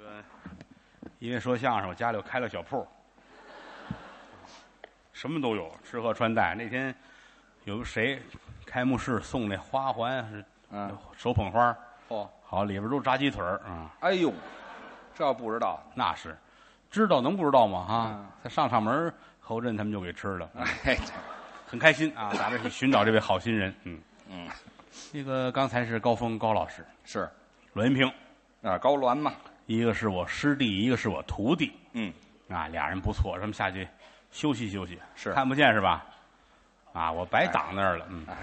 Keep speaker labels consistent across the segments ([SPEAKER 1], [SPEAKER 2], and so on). [SPEAKER 1] 嗯，因为说相声，我家里又开了小铺，什么都有，吃喝穿戴。那天有谁开幕式送那花环啊是
[SPEAKER 2] 嗯，
[SPEAKER 1] 手捧花，
[SPEAKER 2] 哦，
[SPEAKER 1] 好里边都是炸鸡腿儿啊、
[SPEAKER 2] 哎呦，这要不知道，
[SPEAKER 1] 那是知道能不知道吗？哈、
[SPEAKER 2] 嗯
[SPEAKER 1] 他上上门儿，侯震他们就给吃了，
[SPEAKER 2] 哎，这
[SPEAKER 1] 很开心啊！咱们去寻找这位好心人，嗯
[SPEAKER 2] 嗯，
[SPEAKER 1] 那个刚才是高峰高老师，
[SPEAKER 2] 是
[SPEAKER 1] 栾云平，
[SPEAKER 2] 啊，高鸾嘛，
[SPEAKER 1] 一个是我师弟，一个是我徒弟，
[SPEAKER 2] 嗯，
[SPEAKER 1] 啊，俩人不错，咱们下去休息休息。
[SPEAKER 2] 是哎
[SPEAKER 1] 看不见是吧？啊，我白挡那儿了，嗯。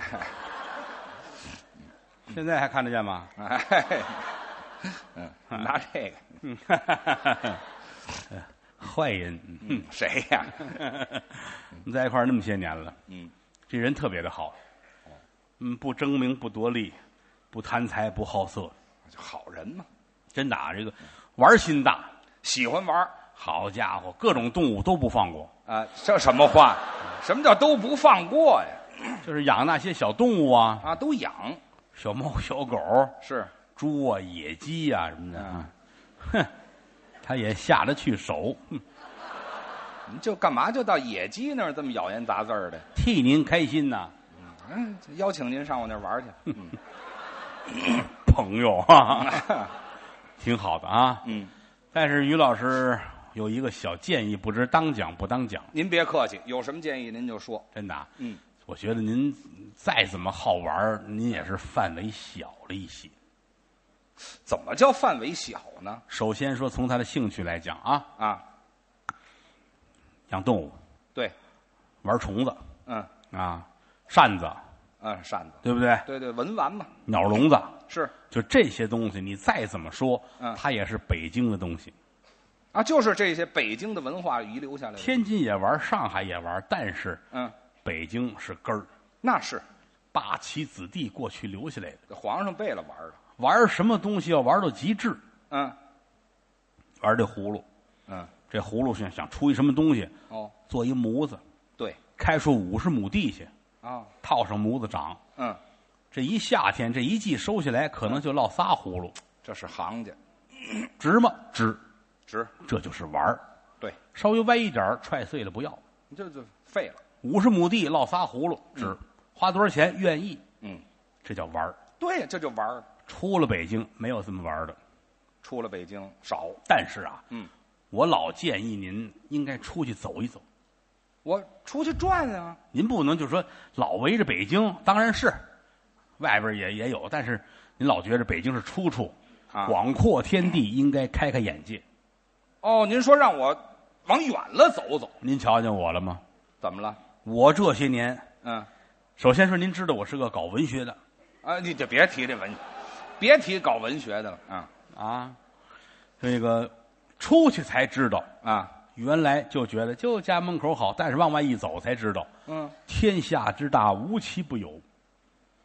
[SPEAKER 1] 现在还看得见吗？
[SPEAKER 2] 哎，嗯，拿这个，
[SPEAKER 1] 嗯，坏人， 嗯
[SPEAKER 2] 嗯，谁呀？
[SPEAKER 1] 我们在一块儿那么些年了，
[SPEAKER 2] 嗯，
[SPEAKER 1] 这人特别的好，嗯，不争名，不夺利，不贪财，不好色，
[SPEAKER 2] 好人嘛，
[SPEAKER 1] 真的啊，这个玩心大。
[SPEAKER 2] 喜欢玩儿
[SPEAKER 1] 好家伙，各种动物都不放过，
[SPEAKER 2] 啊，这什么话？什么叫都不放过呀？
[SPEAKER 1] 就是养那些小动物啊，
[SPEAKER 2] 啊，都养
[SPEAKER 1] 小猫、小狗、
[SPEAKER 2] 是，
[SPEAKER 1] 猪啊、野鸡啊什么的啊，哼，他也下得去手，哼
[SPEAKER 2] 你就干嘛就到野鸡那儿这么咬言杂字儿的？
[SPEAKER 1] 替您开心呐、
[SPEAKER 2] 嗯，邀请您上我那儿玩儿去。嗯
[SPEAKER 1] 朋友哈、挺好的啊。
[SPEAKER 2] 嗯，
[SPEAKER 1] 但是于老师有一个小建议，不知当讲不当讲，
[SPEAKER 2] 您别客气，有什么建议您就说。
[SPEAKER 1] 真的啊、
[SPEAKER 2] 嗯，
[SPEAKER 1] 我觉得您再怎么好玩儿，您也是范围小了一些。
[SPEAKER 2] 怎么叫范围小呢？
[SPEAKER 1] 首先说从他的兴趣来讲啊，
[SPEAKER 2] 啊，
[SPEAKER 1] 养动物、
[SPEAKER 2] 对，
[SPEAKER 1] 玩虫子
[SPEAKER 2] 嗯
[SPEAKER 1] 啊、扇子，
[SPEAKER 2] 嗯，扇子，
[SPEAKER 1] 对不对？
[SPEAKER 2] 对对，文玩嘛，
[SPEAKER 1] 鸟笼子，
[SPEAKER 2] 是
[SPEAKER 1] 就这些东西，你再怎么说，
[SPEAKER 2] 嗯
[SPEAKER 1] 它也是北京的东西。
[SPEAKER 2] 啊，就是这些北京的文化遗留下来的。
[SPEAKER 1] 天津也玩，上海也玩，但是
[SPEAKER 2] 嗯，
[SPEAKER 1] 北京是根儿，
[SPEAKER 2] 那是
[SPEAKER 1] 八旗子弟过去留下来的。
[SPEAKER 2] 皇上为了玩儿的。啊
[SPEAKER 1] 玩什么东西要玩到极致，
[SPEAKER 2] 嗯
[SPEAKER 1] 玩这葫芦，
[SPEAKER 2] 嗯，
[SPEAKER 1] 这葫芦想想出一什么东西，
[SPEAKER 2] 哦，
[SPEAKER 1] 做一模子，
[SPEAKER 2] 对
[SPEAKER 1] 开出五十亩地去，
[SPEAKER 2] 啊，
[SPEAKER 1] 套上模子长。
[SPEAKER 2] 嗯，
[SPEAKER 1] 这一夏天，这一季收下来，可能就落仨葫芦，
[SPEAKER 2] 这是行家，
[SPEAKER 1] 值吗？值，
[SPEAKER 2] 值，
[SPEAKER 1] 这就是玩儿
[SPEAKER 2] 对，
[SPEAKER 1] 稍微歪一点儿踹碎了不要。
[SPEAKER 2] 你这就废了。
[SPEAKER 1] 五十亩地落仨葫芦，值，花多少钱？愿意，
[SPEAKER 2] 嗯，
[SPEAKER 1] 这叫玩儿
[SPEAKER 2] 对，这就玩儿。
[SPEAKER 1] 出了北京没有这么玩儿的。
[SPEAKER 2] 出了北京少，
[SPEAKER 1] 但是啊，
[SPEAKER 2] 嗯，
[SPEAKER 1] 我老建议您应该出去走一走。
[SPEAKER 2] 我出去转啊。
[SPEAKER 1] 您不能就说老围着北京，当然是外边也也有，但是您老觉着北京是出处，
[SPEAKER 2] 啊
[SPEAKER 1] 广阔天地应该开开眼界。
[SPEAKER 2] 哦，您说让我往远了走走，
[SPEAKER 1] 您瞧见我了吗？
[SPEAKER 2] 怎么了？
[SPEAKER 1] 我这些年，
[SPEAKER 2] 嗯，
[SPEAKER 1] 首先说您知道我是个搞文学的
[SPEAKER 2] 啊，你就别提这文，别提搞文学的了。啊
[SPEAKER 1] 啊，这个出去才知道，
[SPEAKER 2] 啊，
[SPEAKER 1] 原来就觉得就家门口好，但是往外一走才知道，
[SPEAKER 2] 嗯，
[SPEAKER 1] 天下之大无奇不有。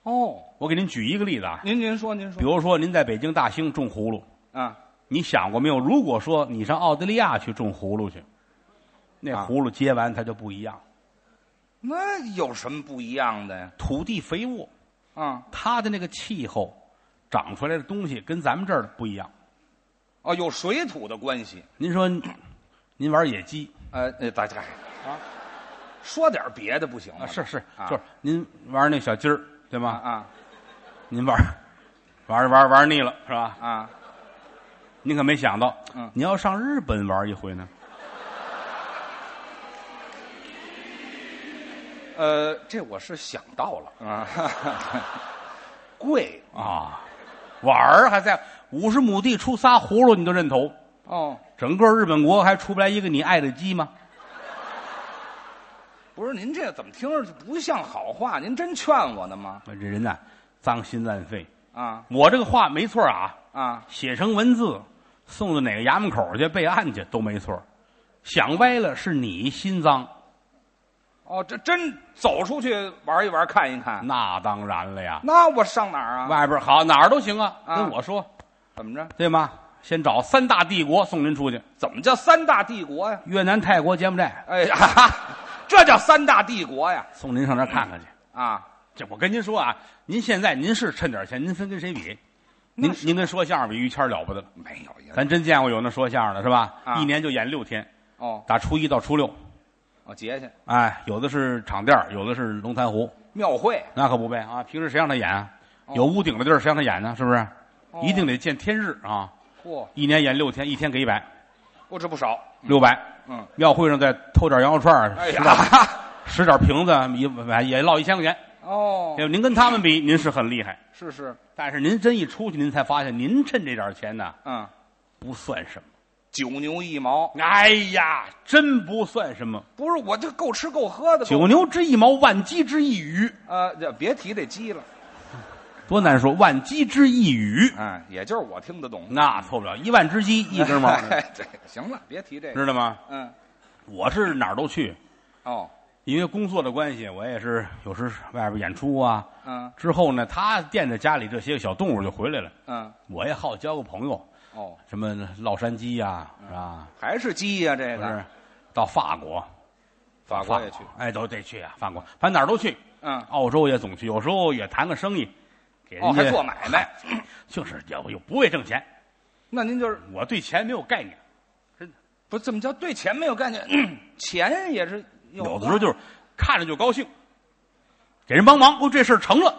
[SPEAKER 2] 哦，
[SPEAKER 1] 我给您举一个例子啊，
[SPEAKER 2] 您您说您
[SPEAKER 1] 比
[SPEAKER 2] 说
[SPEAKER 1] 如说您在北京大兴种葫芦，
[SPEAKER 2] 啊，
[SPEAKER 1] 你想过没有？如果说你上澳大利亚去种葫芦去，那
[SPEAKER 2] 啊
[SPEAKER 1] 葫芦结完它就不一样，
[SPEAKER 2] 那有什么不一样的呀？
[SPEAKER 1] 土地肥沃，
[SPEAKER 2] 啊，
[SPEAKER 1] 它的那个气候长出来的东西跟咱们这儿的不一样。
[SPEAKER 2] 哦，有水土的关系。
[SPEAKER 1] 您说，您玩野鸡
[SPEAKER 2] 呃，呃大家啊，说点别的不行吗？
[SPEAKER 1] 啊？是是，
[SPEAKER 2] 啊
[SPEAKER 1] 就是您玩那小鸡儿对
[SPEAKER 2] 啊
[SPEAKER 1] 吗？
[SPEAKER 2] 啊
[SPEAKER 1] 您玩玩玩玩腻了是吧？
[SPEAKER 2] 啊！
[SPEAKER 1] 您可没想到，
[SPEAKER 2] 嗯
[SPEAKER 1] 你要上日本玩一回呢。
[SPEAKER 2] 呃，这我是想到了啊， 贵
[SPEAKER 1] 啊，碗儿还在五十亩地出仨葫芦，你都认头？
[SPEAKER 2] 哦，
[SPEAKER 1] 整个日本国还出不来一个你爱的鸡吗？
[SPEAKER 2] 不是您这怎么听着就不像好话？您真劝我呢吗？
[SPEAKER 1] 我这啊人呐、脏心烂肺。
[SPEAKER 2] 啊
[SPEAKER 1] 我这个话没错啊，
[SPEAKER 2] 啊，
[SPEAKER 1] 写成文字，送到哪个衙门口去备案去都没错。想歪了是你心脏，
[SPEAKER 2] 哦，这真走出去玩一玩看一看，
[SPEAKER 1] 那当然了呀。
[SPEAKER 2] 那我上哪儿啊？
[SPEAKER 1] 外边好哪儿都行啊，
[SPEAKER 2] 啊
[SPEAKER 1] 跟我说
[SPEAKER 2] 怎么着？
[SPEAKER 1] 对吗？先找三大帝国送您出去：
[SPEAKER 2] 怎么叫三大帝国呀？
[SPEAKER 1] 越南、泰国、柬埔寨，
[SPEAKER 2] 哎呀， 哈哈这叫三大帝国呀！
[SPEAKER 1] 送您上那儿看看去。
[SPEAKER 2] 啊，
[SPEAKER 1] 这我跟您说啊，您现在您是趁点钱，您分跟谁比？您
[SPEAKER 2] 那是
[SPEAKER 1] 您跟说相声比于谦儿了不得了，
[SPEAKER 2] 没有也
[SPEAKER 1] 咱真见过有那说相声的是吧？
[SPEAKER 2] 啊
[SPEAKER 1] 一年就演六天，
[SPEAKER 2] 哦
[SPEAKER 1] 打初一到初六，
[SPEAKER 2] 哦节去
[SPEAKER 1] 哎，有的是场店儿，有的是龙潭湖，
[SPEAKER 2] 庙会
[SPEAKER 1] 那可不呗啊！平时谁让他演啊？
[SPEAKER 2] 哦
[SPEAKER 1] 有屋顶的地儿谁让他演呢？是不是？
[SPEAKER 2] 哦
[SPEAKER 1] 一定得见天日啊！
[SPEAKER 2] 嚯，
[SPEAKER 1] 一年演六天，一天给一百，
[SPEAKER 2] 我这不少，
[SPEAKER 1] 六百。
[SPEAKER 2] 嗯，
[SPEAKER 1] 庙会上再偷点羊肉串儿，
[SPEAKER 2] 哎
[SPEAKER 1] 拾
[SPEAKER 2] 呀
[SPEAKER 1] 点拾点瓶子，一买也落一千块钱。
[SPEAKER 2] 哦
[SPEAKER 1] 哎呦您跟他们比，您是很厉害，
[SPEAKER 2] 是是
[SPEAKER 1] 但是您真一出去，您才发现您趁这点钱呢
[SPEAKER 2] 嗯，
[SPEAKER 1] 不算什么。
[SPEAKER 2] 九牛一毛，
[SPEAKER 1] 哎呀，真不算什么，
[SPEAKER 2] 不是我这够吃够喝的，够
[SPEAKER 1] 九牛之一毛，万鸡之一羽，
[SPEAKER 2] 呃这别提这鸡了，
[SPEAKER 1] 多难说，万鸡之一羽，
[SPEAKER 2] 嗯，也就是我听得懂，
[SPEAKER 1] 那错不了，一万只鸡一根 毛，
[SPEAKER 2] 嗯对，行了，别提这个，
[SPEAKER 1] 知道吗？
[SPEAKER 2] 嗯
[SPEAKER 1] 我是哪儿都去，
[SPEAKER 2] 哦
[SPEAKER 1] 因为工作的关系，我也是有时外边演出啊。
[SPEAKER 2] 嗯
[SPEAKER 1] 之后呢，他惦着家里这些个小动物就回来了，
[SPEAKER 2] 嗯
[SPEAKER 1] 我也好交个朋友，
[SPEAKER 2] 哦，
[SPEAKER 1] 什么洛杉矶呀、是吧？
[SPEAKER 2] 还是鸡呀这
[SPEAKER 1] 不
[SPEAKER 2] 个
[SPEAKER 1] 是，到法国，
[SPEAKER 2] 法国也去，，
[SPEAKER 1] 哎，都得去啊，法国，反正哪儿都去，
[SPEAKER 2] 嗯
[SPEAKER 1] 澳洲也总去，有时候也谈个生意，给人
[SPEAKER 2] 哦
[SPEAKER 1] 家、
[SPEAKER 2] 还做买 卖，
[SPEAKER 1] 就是也又不会挣钱，
[SPEAKER 2] 那您就是
[SPEAKER 1] 我对钱没有概念，
[SPEAKER 2] 不怎么叫对钱没有概念， 钱也是啊
[SPEAKER 1] 有的时候就是看着就高兴，给人帮忙，哦，这事儿成了，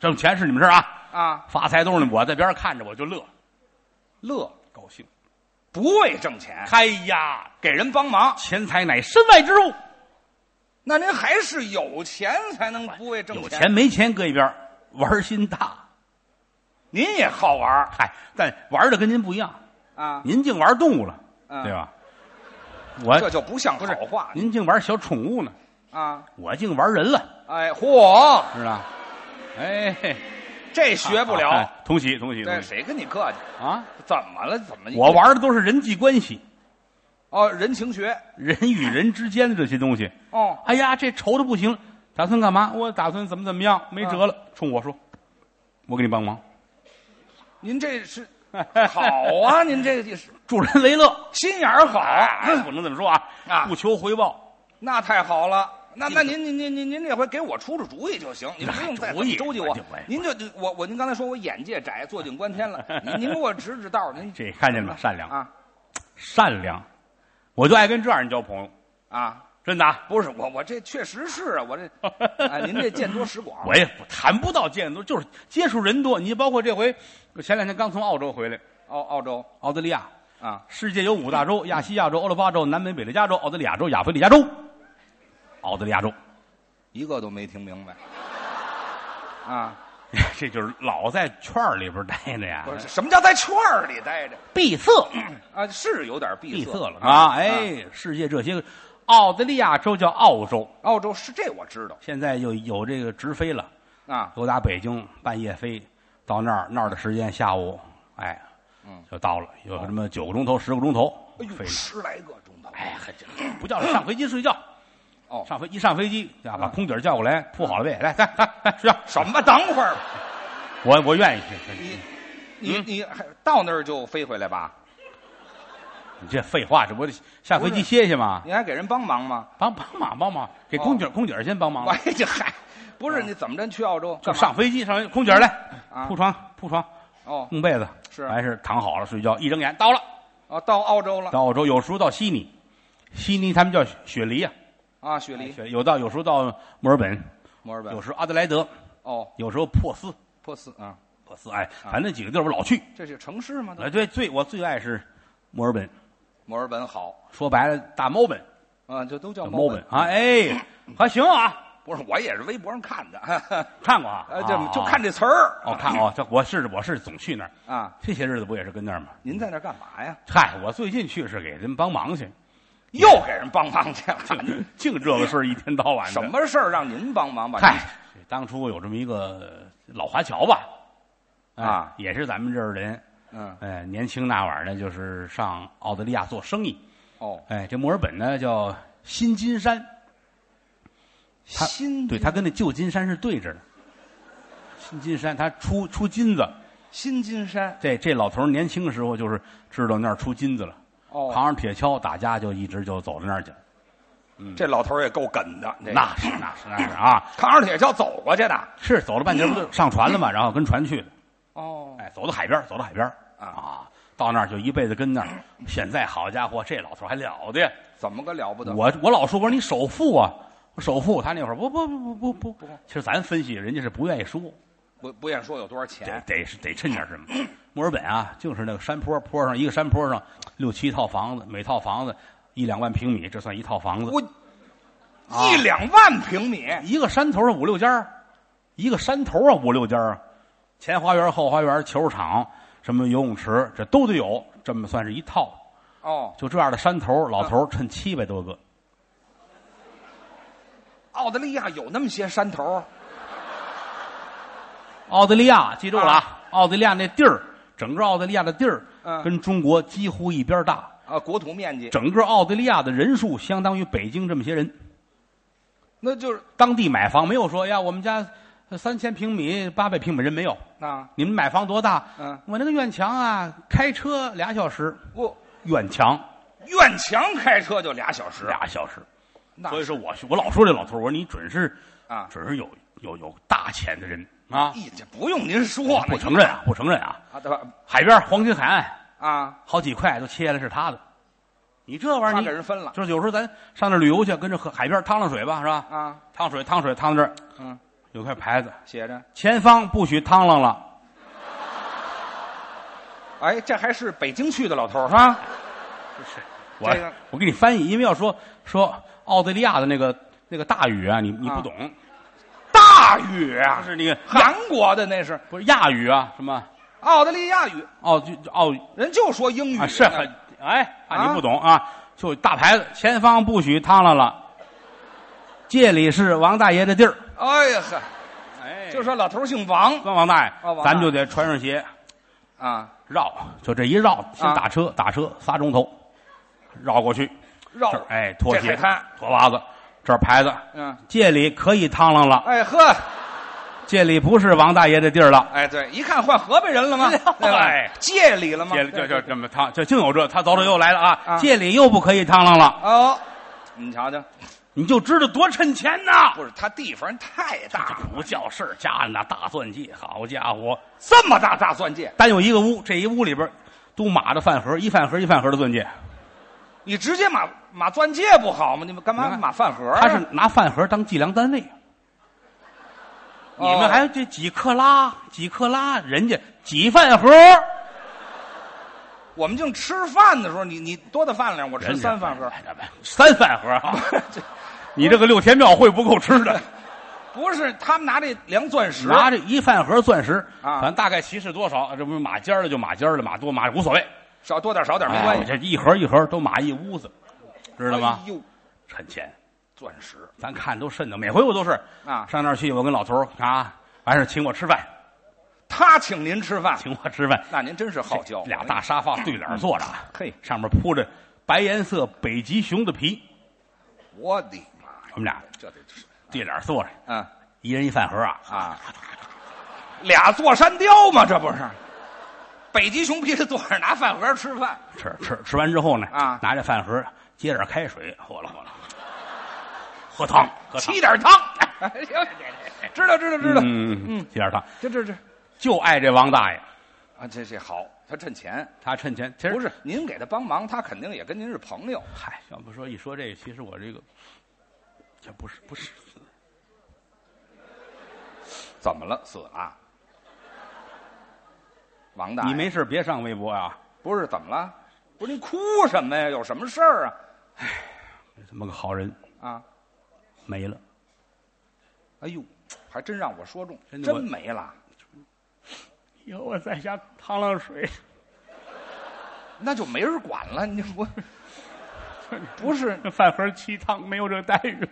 [SPEAKER 1] 挣钱是你们事儿啊，
[SPEAKER 2] 啊
[SPEAKER 1] 发财都是你们我在边上看着我就乐，
[SPEAKER 2] 乐，
[SPEAKER 1] 高兴，
[SPEAKER 2] 不为挣钱，
[SPEAKER 1] 哎呀，
[SPEAKER 2] 给人帮忙，
[SPEAKER 1] 钱财乃身外之物，
[SPEAKER 2] 那您还是有钱才能不为挣
[SPEAKER 1] 有钱没钱搁一边儿，玩心大，
[SPEAKER 2] 您也好玩儿
[SPEAKER 1] 嗨，但玩的跟您不一样，
[SPEAKER 2] 啊，
[SPEAKER 1] 您净玩动物了，
[SPEAKER 2] 嗯
[SPEAKER 1] 对吧？我
[SPEAKER 2] 这就不像
[SPEAKER 1] 不是
[SPEAKER 2] 好话
[SPEAKER 1] 您净玩小宠物呢，
[SPEAKER 2] 啊！
[SPEAKER 1] 我净玩人了，
[SPEAKER 2] 哎，嚯，
[SPEAKER 1] 是吧？哎，嘿
[SPEAKER 2] 这学不
[SPEAKER 1] 哎
[SPEAKER 2] 了，
[SPEAKER 1] 同喜同喜
[SPEAKER 2] 这
[SPEAKER 1] 同喜
[SPEAKER 2] 谁跟你客气？
[SPEAKER 1] 啊！
[SPEAKER 2] 怎么了？怎么
[SPEAKER 1] 我玩的都是人际关系，
[SPEAKER 2] 哦，人情学
[SPEAKER 1] 人与人之间的这些东西。
[SPEAKER 2] 哦，
[SPEAKER 1] 哎呀，这愁的不行了，打算干嘛？我打算怎么怎么样，没辙
[SPEAKER 2] 嗯
[SPEAKER 1] 了，冲我说，我给你帮忙，
[SPEAKER 2] 您这是 好啊，您这也是
[SPEAKER 1] 助人为乐。
[SPEAKER 2] 心眼儿好，
[SPEAKER 1] 哎，不能这么说啊，
[SPEAKER 2] 啊
[SPEAKER 1] 不求回报。
[SPEAKER 2] 那太好了。那
[SPEAKER 1] 这
[SPEAKER 2] 那
[SPEAKER 1] 个
[SPEAKER 2] 您您您您您这回给我出出主意就行，您不用再
[SPEAKER 1] 主意
[SPEAKER 2] 周济
[SPEAKER 1] 我
[SPEAKER 2] 我
[SPEAKER 1] 就我，
[SPEAKER 2] 您就我我您刚才说我眼界窄，坐井观天 了，您您给我指指道儿，您
[SPEAKER 1] 这看见了吗？善良，
[SPEAKER 2] 啊
[SPEAKER 1] 善良，我就爱跟这样人交朋友，
[SPEAKER 2] 啊，
[SPEAKER 1] 真的、啊。
[SPEAKER 2] 不是我我这确实是啊，我 这啊您这见多识广，
[SPEAKER 1] 我也不谈不到见多，就是接触人多。你包括这回，我前两天刚从澳洲回来，
[SPEAKER 2] 澳哦澳洲
[SPEAKER 1] 澳大利亚，
[SPEAKER 2] 啊，
[SPEAKER 1] 世界有五大洲：亚细亚洲、欧罗巴洲、南美北雷加州、澳大利亚州、亚非利加州。澳大利亚州，
[SPEAKER 2] 一个都没听明白啊，
[SPEAKER 1] 这就是老在圈儿里边待着呀
[SPEAKER 2] 不，是什么叫在圈儿里待着
[SPEAKER 1] 闭塞，
[SPEAKER 2] 啊？是有点闭
[SPEAKER 1] 闭
[SPEAKER 2] 塞
[SPEAKER 1] 塞了啊！哎，世界这些，澳大利亚州叫澳洲，
[SPEAKER 2] 澳洲是这我知道
[SPEAKER 1] 现在有有这个直飞了，
[SPEAKER 2] 啊，
[SPEAKER 1] 由打北京半夜飞到那儿，那儿的时间下午，哎，
[SPEAKER 2] 嗯
[SPEAKER 1] 就到了，有什么九个钟头、十个钟头
[SPEAKER 2] 哎呦
[SPEAKER 1] 飞了。
[SPEAKER 2] 十来个钟头，
[SPEAKER 1] 哎，还真不叫上飞机睡觉。
[SPEAKER 2] 哦嗯
[SPEAKER 1] 上飞一上飞机，啊，把空姐叫过来，铺好了被，来来来来睡觉。
[SPEAKER 2] 什么？等会儿吧。
[SPEAKER 1] 我我愿意去。
[SPEAKER 2] 你你你还到那儿就飞回来吧？
[SPEAKER 1] 你这废话，这不得下飞
[SPEAKER 2] 不
[SPEAKER 1] 机
[SPEAKER 2] 是
[SPEAKER 1] 歇歇吗？
[SPEAKER 2] 你还给人帮忙吗？
[SPEAKER 1] 帮帮忙帮忙，
[SPEAKER 2] 哦
[SPEAKER 1] 给空姐空姐先帮忙
[SPEAKER 2] 我。这嗨，不是你怎么着去澳洲
[SPEAKER 1] 就
[SPEAKER 2] 干嘛？
[SPEAKER 1] 上飞机上飞机空姐来
[SPEAKER 2] 啊
[SPEAKER 1] 铺床铺床
[SPEAKER 2] 哦
[SPEAKER 1] 弄被子，
[SPEAKER 2] 是
[SPEAKER 1] 完事躺好了睡觉，一睁眼到了。
[SPEAKER 2] 哦，到澳洲了
[SPEAKER 1] 到澳洲有时候到悉尼，悉尼他们叫雪梨呀、
[SPEAKER 2] 啊，雪梨、
[SPEAKER 1] 雪有到有时候到墨尔本，
[SPEAKER 2] 墨尔本
[SPEAKER 1] 有时候阿德莱德，
[SPEAKER 2] 哦，
[SPEAKER 1] 有时候珀斯，
[SPEAKER 2] 珀斯啊，
[SPEAKER 1] 珀斯哎，
[SPEAKER 2] 啊
[SPEAKER 1] 反正几个地儿我老去。
[SPEAKER 2] 这是城市吗？
[SPEAKER 1] 哎，对，最我最爱是墨尔本，
[SPEAKER 2] 墨尔本好
[SPEAKER 1] 说白了大猫本，
[SPEAKER 2] 啊，就都叫
[SPEAKER 1] 叫
[SPEAKER 2] 墨
[SPEAKER 1] 猫
[SPEAKER 2] 本
[SPEAKER 1] 本。啊，哎，还行啊，
[SPEAKER 2] 不是，我也是微博上看的， 呃，
[SPEAKER 1] 看过啊，啊
[SPEAKER 2] 就就看这词儿
[SPEAKER 1] 哦，看哦，这我是我是总去那儿，
[SPEAKER 2] 啊。
[SPEAKER 1] 这些日子不也是跟那儿吗？
[SPEAKER 2] 您在那儿干嘛呀？
[SPEAKER 1] 嗨，我最近去是给人帮忙去，
[SPEAKER 2] 又给人帮忙去了？
[SPEAKER 1] 净这个事儿一天到晚的。
[SPEAKER 2] 什？么事儿让您帮忙吧？
[SPEAKER 1] 嗨，当初有这么一个呃老华侨吧，哎
[SPEAKER 2] 啊，
[SPEAKER 1] 也是咱们这儿人，
[SPEAKER 2] 嗯，
[SPEAKER 1] 哎，年轻那会儿呢，就是上澳大利亚做生意。
[SPEAKER 2] 哦，
[SPEAKER 1] 哎，这墨尔本呢叫新金山，他
[SPEAKER 2] 新
[SPEAKER 1] 对，它跟那旧金山是对着的。新金山，它出出金子。
[SPEAKER 2] 新金山
[SPEAKER 1] 这这老头儿年轻的时候就是知道那儿出金子了，扛
[SPEAKER 2] 哦，
[SPEAKER 1] 上铁锹打架就一直就走到那儿去了。
[SPEAKER 2] 这老头儿也够梗的，这个
[SPEAKER 1] 那是那是那是啊，
[SPEAKER 2] 扛着铁锹走过去的
[SPEAKER 1] 是走了半截儿不就上船了嘛，然后跟船去的。
[SPEAKER 2] 哦，
[SPEAKER 1] 哎，走到海边儿，走到海边儿
[SPEAKER 2] 啊
[SPEAKER 1] 啊，到那儿就一辈子跟那儿。现在好家伙，这老头儿还了得！
[SPEAKER 2] 怎么个了不得？
[SPEAKER 1] 我我老说我说你首富啊，首富，他那会儿不不不不不不，其实咱分析人家是不愿意说，
[SPEAKER 2] 不不愿说有多少
[SPEAKER 1] 得
[SPEAKER 2] 钱，
[SPEAKER 1] 得是得趁点什么。墨尔本啊，就是那个山坡坡上一个山坡上六七套房子，每套房子一两万平米，这算一套房子。
[SPEAKER 2] 我
[SPEAKER 1] 啊
[SPEAKER 2] 一两万平米，
[SPEAKER 1] 一个山头上五六家儿一个山头啊五六家儿啊，前花园后花园球场什么游泳池这都得有，这么算是一套。
[SPEAKER 2] 哦，
[SPEAKER 1] 就这样的山头，老
[SPEAKER 2] 嗯
[SPEAKER 1] 头儿趁七百多个，
[SPEAKER 2] 澳大利亚有那么些山头，
[SPEAKER 1] 澳大利亚记住了啊，澳大利亚那地儿，整个澳大利亚的地儿
[SPEAKER 2] 嗯
[SPEAKER 1] 跟中国几乎一边大，
[SPEAKER 2] 啊，国土面积，
[SPEAKER 1] 整个澳大利亚的人数相当于北京这么些人。
[SPEAKER 2] 那就是
[SPEAKER 1] 当地买房没有说呀，我们家三千平米、八百平米人没有。
[SPEAKER 2] 啊，
[SPEAKER 1] 你们买房多大？
[SPEAKER 2] 嗯，
[SPEAKER 1] 我那个院墙啊，开车俩小时，
[SPEAKER 2] 我
[SPEAKER 1] 院墙
[SPEAKER 2] 院墙开车就俩小时，
[SPEAKER 1] 俩小时。
[SPEAKER 2] 那
[SPEAKER 1] 所以说我我老说这老头儿，我说你准是
[SPEAKER 2] 啊，
[SPEAKER 1] 准是有有有大钱的人啊！
[SPEAKER 2] 一这不用您说
[SPEAKER 1] 我
[SPEAKER 2] 呢，
[SPEAKER 1] 不承认啊，不承认啊！
[SPEAKER 2] 啊，对吧？
[SPEAKER 1] 海边黄金海岸
[SPEAKER 2] 啊，
[SPEAKER 1] 好几块都切了是他的，你这玩意
[SPEAKER 2] 他
[SPEAKER 1] 儿
[SPEAKER 2] 给
[SPEAKER 1] 你
[SPEAKER 2] 人分了
[SPEAKER 1] 就是有时候咱上那旅游去，跟着河海边趟趟水吧，是吧？
[SPEAKER 2] 啊，
[SPEAKER 1] 趟水趟水趟到这儿
[SPEAKER 2] 嗯，
[SPEAKER 1] 有块牌子，
[SPEAKER 2] 写着，
[SPEAKER 1] 前方不许趟浪了，
[SPEAKER 2] 哎，这还是北京去的老头儿
[SPEAKER 1] 是吧？是，我、
[SPEAKER 2] 这个
[SPEAKER 1] 我给你翻译，因为要说说澳大利亚的那个那个大语啊，你你
[SPEAKER 2] 啊
[SPEAKER 1] 不懂，
[SPEAKER 2] 大雨
[SPEAKER 1] 它
[SPEAKER 2] 啊，
[SPEAKER 1] 是那个
[SPEAKER 2] 韩国的那是
[SPEAKER 1] 不是亚语啊，什么
[SPEAKER 2] 澳大利亚语，
[SPEAKER 1] 澳就澳
[SPEAKER 2] 人就说英语
[SPEAKER 1] 啊
[SPEAKER 2] 呢，
[SPEAKER 1] 是很哎啊
[SPEAKER 2] 啊
[SPEAKER 1] 你不懂啊，就大牌子，前方不许趟浪了，这里是王大爷的地儿，
[SPEAKER 2] 哎呀呵，
[SPEAKER 1] 哎
[SPEAKER 2] 就说老头儿姓王
[SPEAKER 1] 跟王大爷，
[SPEAKER 2] 哦王大爷
[SPEAKER 1] 咱们就得穿上鞋
[SPEAKER 2] 啊，
[SPEAKER 1] 绕，就这一绕，先打车，打车仨钟头，绕过去，
[SPEAKER 2] 绕
[SPEAKER 1] 这儿哎脱
[SPEAKER 2] 哦这海
[SPEAKER 1] 鞋
[SPEAKER 2] 滩，
[SPEAKER 1] 脱袜子，这儿牌子，
[SPEAKER 2] 嗯，
[SPEAKER 1] 这里可以趟浪了，
[SPEAKER 2] 哎呵，
[SPEAKER 1] 这里不是王大爷的地儿了，
[SPEAKER 2] 哎对，一看换河北人了吗？对
[SPEAKER 1] 哎
[SPEAKER 2] 吧？界里了吗？
[SPEAKER 1] 这里就
[SPEAKER 2] 对
[SPEAKER 1] 就这么趟，就净有这，他走着又来了啊，
[SPEAKER 2] 啊
[SPEAKER 1] 这里又不可以趟浪了，
[SPEAKER 2] 哦，你瞧瞧，
[SPEAKER 1] 你就知道多趁钱呐。
[SPEAKER 2] 不是他地方太大了，
[SPEAKER 1] 不叫事儿，家里那大钻戒，好家伙，
[SPEAKER 2] 这么大大钻戒，
[SPEAKER 1] 单有一个屋，这一屋里边都码着饭盒，一饭盒一饭盒的钻戒，
[SPEAKER 2] 你直接码码钻戒不好吗？你们干
[SPEAKER 1] 你
[SPEAKER 2] 嘛
[SPEAKER 1] 看
[SPEAKER 2] 码饭盒啊？
[SPEAKER 1] 他是拿饭盒当计量单位。你
[SPEAKER 2] 哦
[SPEAKER 1] 们还这几克拉几克拉，人家几饭盒，
[SPEAKER 2] 我们净吃饭的时候，你你多大饭量？我吃
[SPEAKER 1] 人家哎
[SPEAKER 2] 三饭盒，哦
[SPEAKER 1] 三饭盒啊！
[SPEAKER 2] 这
[SPEAKER 1] 你这个六天庙会不够吃的，
[SPEAKER 2] 不是他们拿这量钻 石
[SPEAKER 1] 拿这一饭盒钻石
[SPEAKER 2] 啊
[SPEAKER 1] 咱大概齐是多少？这不是马尖儿的就马尖儿了，马多马无所谓，
[SPEAKER 2] 少多点少点没关
[SPEAKER 1] 哎
[SPEAKER 2] 系，哎
[SPEAKER 1] 这一盒一盒都码一屋子，知
[SPEAKER 2] 知
[SPEAKER 1] 道吗？
[SPEAKER 2] 呦，
[SPEAKER 1] 趁钱，
[SPEAKER 2] 钻石
[SPEAKER 1] 咱看都瘆得，每回我都是
[SPEAKER 2] 啊！
[SPEAKER 1] 上那儿去，我跟老头儿啊，完事儿请我吃饭，
[SPEAKER 2] 他请您吃饭，
[SPEAKER 1] 请我吃饭，
[SPEAKER 2] 那您真是好交
[SPEAKER 1] 俩大沙发对脸儿坐着啊，
[SPEAKER 2] 嘿，
[SPEAKER 1] 上面铺着白颜色北极熊的皮，
[SPEAKER 2] 哎我的妈呀，
[SPEAKER 1] 我们俩
[SPEAKER 2] 这得吃，
[SPEAKER 1] 对脸儿坐着，
[SPEAKER 2] 嗯
[SPEAKER 1] 一人一饭盒啊，
[SPEAKER 2] 啊，俩座山雕嘛，这不是？北极熊皮着坐着拿饭盒吃饭，
[SPEAKER 1] 吃吃吃完之后呢，
[SPEAKER 2] 啊
[SPEAKER 1] 拿着饭盒接点开水，喝了喝了，喝汤喝汤
[SPEAKER 2] 沏，点汤， 哎呦知道知道知道，
[SPEAKER 1] 嗯嗯，接点汤，
[SPEAKER 2] 这这这
[SPEAKER 1] 就爱这王大爷，
[SPEAKER 2] 啊，这这好，他趁钱。
[SPEAKER 1] 他趁钱，其实
[SPEAKER 2] 不是您给他帮忙，他肯定也跟您是朋友。
[SPEAKER 1] 嗨，要不说一说这个，其实我这个这不是不是，
[SPEAKER 2] 怎么了？死了？王大爷，
[SPEAKER 1] 你没事别上微博啊，
[SPEAKER 2] 不是怎么了？不是您哭什么呀？有什么事儿啊？
[SPEAKER 1] 这么个好人
[SPEAKER 2] 啊，
[SPEAKER 1] 没了。
[SPEAKER 2] 哎呦，还真让我说中，
[SPEAKER 1] 真
[SPEAKER 2] 真
[SPEAKER 1] 的我
[SPEAKER 2] 没了。
[SPEAKER 1] 以后我在家趟浪水，
[SPEAKER 2] 那就没人管了，你 我不是
[SPEAKER 1] 饭盒七趟，没有这个待遇，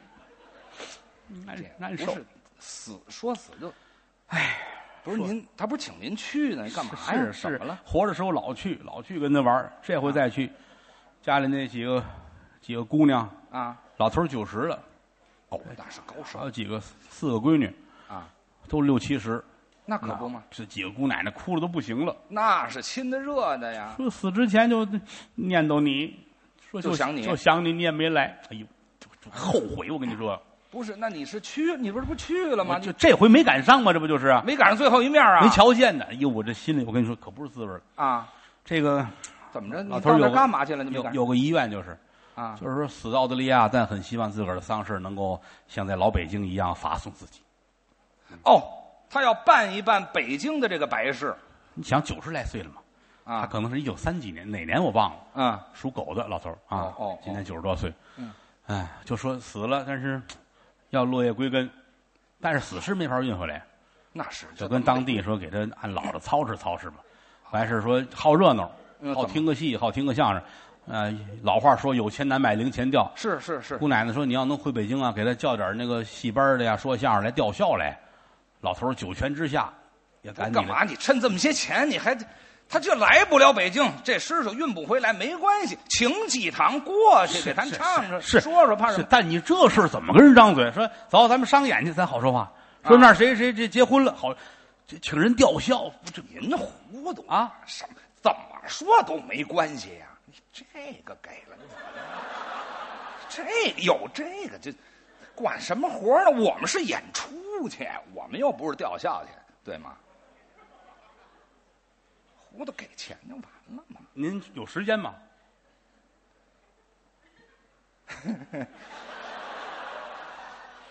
[SPEAKER 1] 难
[SPEAKER 2] 这
[SPEAKER 1] 难
[SPEAKER 2] 不
[SPEAKER 1] 受。
[SPEAKER 2] 是死说死就，哎，不是
[SPEAKER 1] 说
[SPEAKER 2] 您，他不是请您去呢？你干嘛呀？
[SPEAKER 1] 是是
[SPEAKER 2] 怎么了？？
[SPEAKER 1] 活着时候老去，老去跟他玩儿这回再去，家里那几个几个姑娘，
[SPEAKER 2] 啊，
[SPEAKER 1] 老头九十了，
[SPEAKER 2] 哦，那是高
[SPEAKER 1] 还
[SPEAKER 2] 手
[SPEAKER 1] 有几个四个闺女，
[SPEAKER 2] 啊，
[SPEAKER 1] 都六七十，
[SPEAKER 2] 那可不嘛，
[SPEAKER 1] 这几个姑奶奶哭的都不行了，
[SPEAKER 2] 那是亲的热的呀。
[SPEAKER 1] 说死之前就念叨你，说
[SPEAKER 2] 就想你
[SPEAKER 1] 就想你，你也没来，哎呦，就就后悔，我跟你说，
[SPEAKER 2] 不是，那你是去，你不是不去了吗？
[SPEAKER 1] 我就
[SPEAKER 2] 你
[SPEAKER 1] 这回没赶上嘛，这不就是啊？
[SPEAKER 2] 没赶上最后一面啊？
[SPEAKER 1] 没瞧见呢。哎呦，我这心里我跟你说可不是滋味儿
[SPEAKER 2] 啊？
[SPEAKER 1] 这个
[SPEAKER 2] 怎么着？你
[SPEAKER 1] 老
[SPEAKER 2] 到
[SPEAKER 1] 头儿
[SPEAKER 2] 那
[SPEAKER 1] 有
[SPEAKER 2] 儿干嘛去了？你没
[SPEAKER 1] 有
[SPEAKER 2] 赶上
[SPEAKER 1] 有个遗愿就是，
[SPEAKER 2] 啊？
[SPEAKER 1] 就是说死在澳大利亚，但很希望自个儿的丧事能够像在老北京一样发送自己。
[SPEAKER 2] 哦，他要办一办北京的这个白事
[SPEAKER 1] 你想九十来岁了嘛？他
[SPEAKER 2] 啊？
[SPEAKER 1] 可能是一九三几年哪年我忘了，
[SPEAKER 2] 嗯，
[SPEAKER 1] 属狗的老头儿啊
[SPEAKER 2] 哦哦哦，
[SPEAKER 1] 今年九十多岁。
[SPEAKER 2] 嗯，
[SPEAKER 1] 哎，就说死了，但是要落叶归根，但是死尸没法运回来，
[SPEAKER 2] 那是
[SPEAKER 1] 就跟当地说给他按老的操持操持吧。完事儿说好热闹，
[SPEAKER 2] 嗯
[SPEAKER 1] 好
[SPEAKER 2] 怎么
[SPEAKER 1] 听个戏，好听个相声。呃，老话说有钱难买零钱掉。
[SPEAKER 2] 是是是
[SPEAKER 1] 姑奶奶说：“你要能回北京啊，给他叫点那个戏班的呀，说相声来吊孝来。”老头儿九泉之下也赶紧
[SPEAKER 2] 干嘛？你趁这么些钱，你还他这来不了北京，这尸首运不回来，没关系，请几堂过去给咱唱唱，
[SPEAKER 1] 是
[SPEAKER 2] 说说，怕什
[SPEAKER 1] 是
[SPEAKER 2] 么？，
[SPEAKER 1] 但你这事儿怎么跟人张嘴？说走，咱们商演去，咱好说话。说
[SPEAKER 2] 啊
[SPEAKER 1] 那儿谁谁这结婚了，好，这请人吊孝，不这
[SPEAKER 2] 您糊涂
[SPEAKER 1] 啊！
[SPEAKER 2] 什么怎么说都没关系呀、你这个给了，这有这个这管什么活呢？我们是演出去，我们又不是吊孝去，对吗？糊涂给钱就完了嘛。
[SPEAKER 1] 您有时间吗？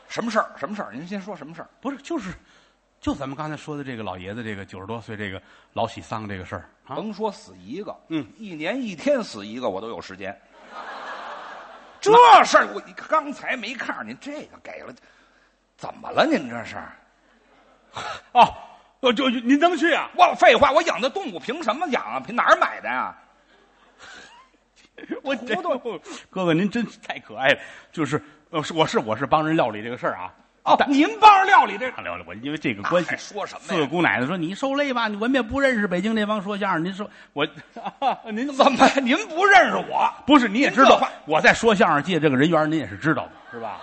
[SPEAKER 2] 什么事儿？什么事儿？您先说什么事儿？
[SPEAKER 1] 不是，就是，就咱们刚才说的这个老爷子，这个九十多岁这个老喜丧这个事儿啊，
[SPEAKER 2] 甭说死一个，
[SPEAKER 1] 嗯，
[SPEAKER 2] 一年一天死一个，我都有时 间。这事儿我刚才没看上您，这个给了，怎么了？您这是？
[SPEAKER 1] 哦，呃就就您能去啊？
[SPEAKER 2] 我废话，我养的动物凭什么养啊？凭哪儿买的呀、
[SPEAKER 1] 我
[SPEAKER 2] 糊涂
[SPEAKER 1] 哥哥，您真是太可爱了。就是，呃，是我是我是帮人料理这个事儿啊。
[SPEAKER 2] 哦，您帮着料理这
[SPEAKER 1] 聊聊我，因为这个关系
[SPEAKER 2] 那还说什么呀
[SPEAKER 1] 四个姑奶奶说：“你受累吧，你我们也不认识北京这帮说相声。”您说我， 您怎么
[SPEAKER 2] 怎么？啊您不认识我？
[SPEAKER 1] 不是？你也
[SPEAKER 2] 您
[SPEAKER 1] 知
[SPEAKER 2] 这
[SPEAKER 1] 道
[SPEAKER 2] 话，
[SPEAKER 1] 我在说相声界这个人缘，您也是知道的， 是吧？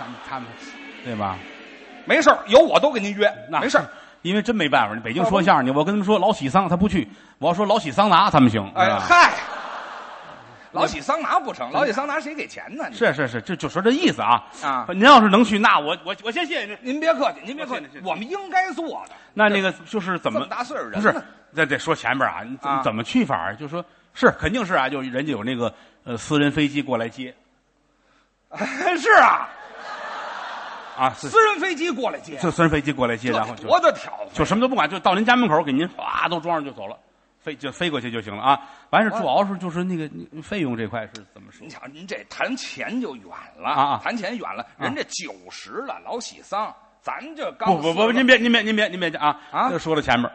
[SPEAKER 1] 他们他们，对吧？
[SPEAKER 2] 没事儿有我都给您约，
[SPEAKER 1] 那
[SPEAKER 2] 没事儿。
[SPEAKER 1] 因为真没办法，北京说相声去，我跟他们说老喜丧，他不去；我要说老喜桑拿，他们行。
[SPEAKER 2] 哎
[SPEAKER 1] 是吧嗯
[SPEAKER 2] 嗨，老喜桑拿不成，老喜桑拿谁给钱呢？你
[SPEAKER 1] 是是是，就就说这意思啊
[SPEAKER 2] 啊
[SPEAKER 1] 您要是能去，那我我我先谢谢您。
[SPEAKER 2] 您别客气，您别客
[SPEAKER 1] 我信
[SPEAKER 2] 气
[SPEAKER 1] 是，
[SPEAKER 2] 我们应该做的。
[SPEAKER 1] 那那个就是怎
[SPEAKER 2] 这
[SPEAKER 1] 么
[SPEAKER 2] 么大岁数人
[SPEAKER 1] 不是
[SPEAKER 2] 呢，
[SPEAKER 1] 这得说前边啊，你怎么
[SPEAKER 2] 啊
[SPEAKER 1] 怎么去法儿？就说是肯定是啊，就人家有那个呃私人飞机过来接
[SPEAKER 2] 是啊，
[SPEAKER 1] 啊，私
[SPEAKER 2] 私人飞机过来接，
[SPEAKER 1] 私私人飞机过来接，然后就
[SPEAKER 2] 多的挑啊
[SPEAKER 1] 就什么都不管，就到您家门口给您哗都装上就走了，飞就飞过去就行了啊。完事儿主要是就是那个你费用这块是怎么说
[SPEAKER 2] 您？瞧，您这谈钱就远了
[SPEAKER 1] 啊啊
[SPEAKER 2] 谈钱远了，人家九十了，老喜丧，咱这刚
[SPEAKER 1] 不不
[SPEAKER 2] 四
[SPEAKER 1] 不，
[SPEAKER 2] 个
[SPEAKER 1] 您别您别您别您别啊
[SPEAKER 2] 啊
[SPEAKER 1] 就说到前面儿。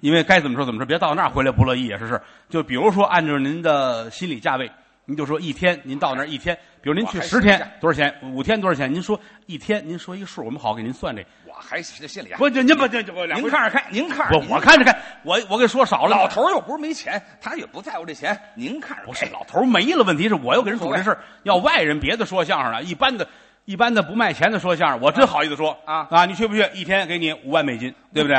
[SPEAKER 1] 因为该怎么说怎么说，别到那儿回来不乐意也是事儿。就比如说，按照您的心理价位，您就说一天，您到那儿一天，比如您去
[SPEAKER 2] 我还
[SPEAKER 1] 十
[SPEAKER 2] 是这样
[SPEAKER 1] 天多少钱，五天多少钱，您说一天，您说一个数，我们好给您算这。
[SPEAKER 2] 我还这心里还
[SPEAKER 1] 不，这您不这这不两
[SPEAKER 2] 您
[SPEAKER 1] 回事
[SPEAKER 2] 看着看，您看着
[SPEAKER 1] 我我看着看，我我给说少了，
[SPEAKER 2] 老头儿又不是没钱，他也不在乎这钱，您看着
[SPEAKER 1] 不是
[SPEAKER 2] 给
[SPEAKER 1] 老头儿没了，问题是我又给人主这事儿，要外人别的说相声了，一般的。一般的不卖钱的说相声，我真好意思说
[SPEAKER 2] 啊
[SPEAKER 1] 啊！你去不去？一天给你五万美金，对不对？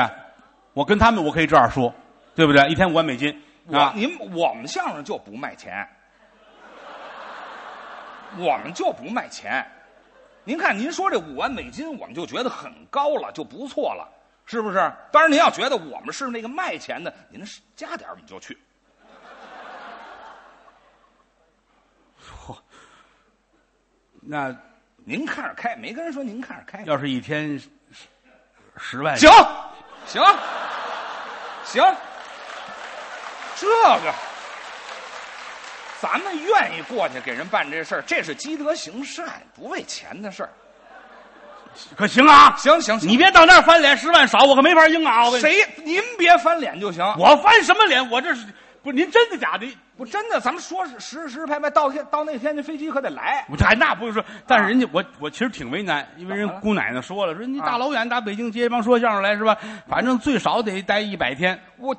[SPEAKER 1] 我跟他们我可以这样说，对不对？一天五万美金
[SPEAKER 2] 我
[SPEAKER 1] 啊！
[SPEAKER 2] 您我们相声就不卖钱，我们就不卖钱。您看，您说这五万美金，我们就觉得很高了，就不错了，是不是？当然，您要觉得我们是那个卖钱的，您是加点儿我们就去。
[SPEAKER 1] 那
[SPEAKER 2] 您看着开，没跟人说您看着开。
[SPEAKER 1] 要是一天十十万，
[SPEAKER 2] 行，行，行，这个，咱们愿意过去给人办这事儿，这是积德行善，不为钱的事儿。
[SPEAKER 1] 可行啊！
[SPEAKER 2] 行行行，
[SPEAKER 1] 你别到那儿翻脸，十万少我可没法应啊！我跟你
[SPEAKER 2] 谁您别翻脸就行。
[SPEAKER 1] 我翻什么脸？我这是不是您真的假的？
[SPEAKER 2] 我真的，咱们说是实实拍拍，到天到那天这飞机可得来。
[SPEAKER 1] 我这还那不是说，但是人家我我其实挺为难，因为人
[SPEAKER 2] 怎么了
[SPEAKER 1] 姑奶奶说了，说你
[SPEAKER 2] 啊
[SPEAKER 1] 大老远打北京接一帮说相声来是吧？反正最少得待一百天
[SPEAKER 2] 我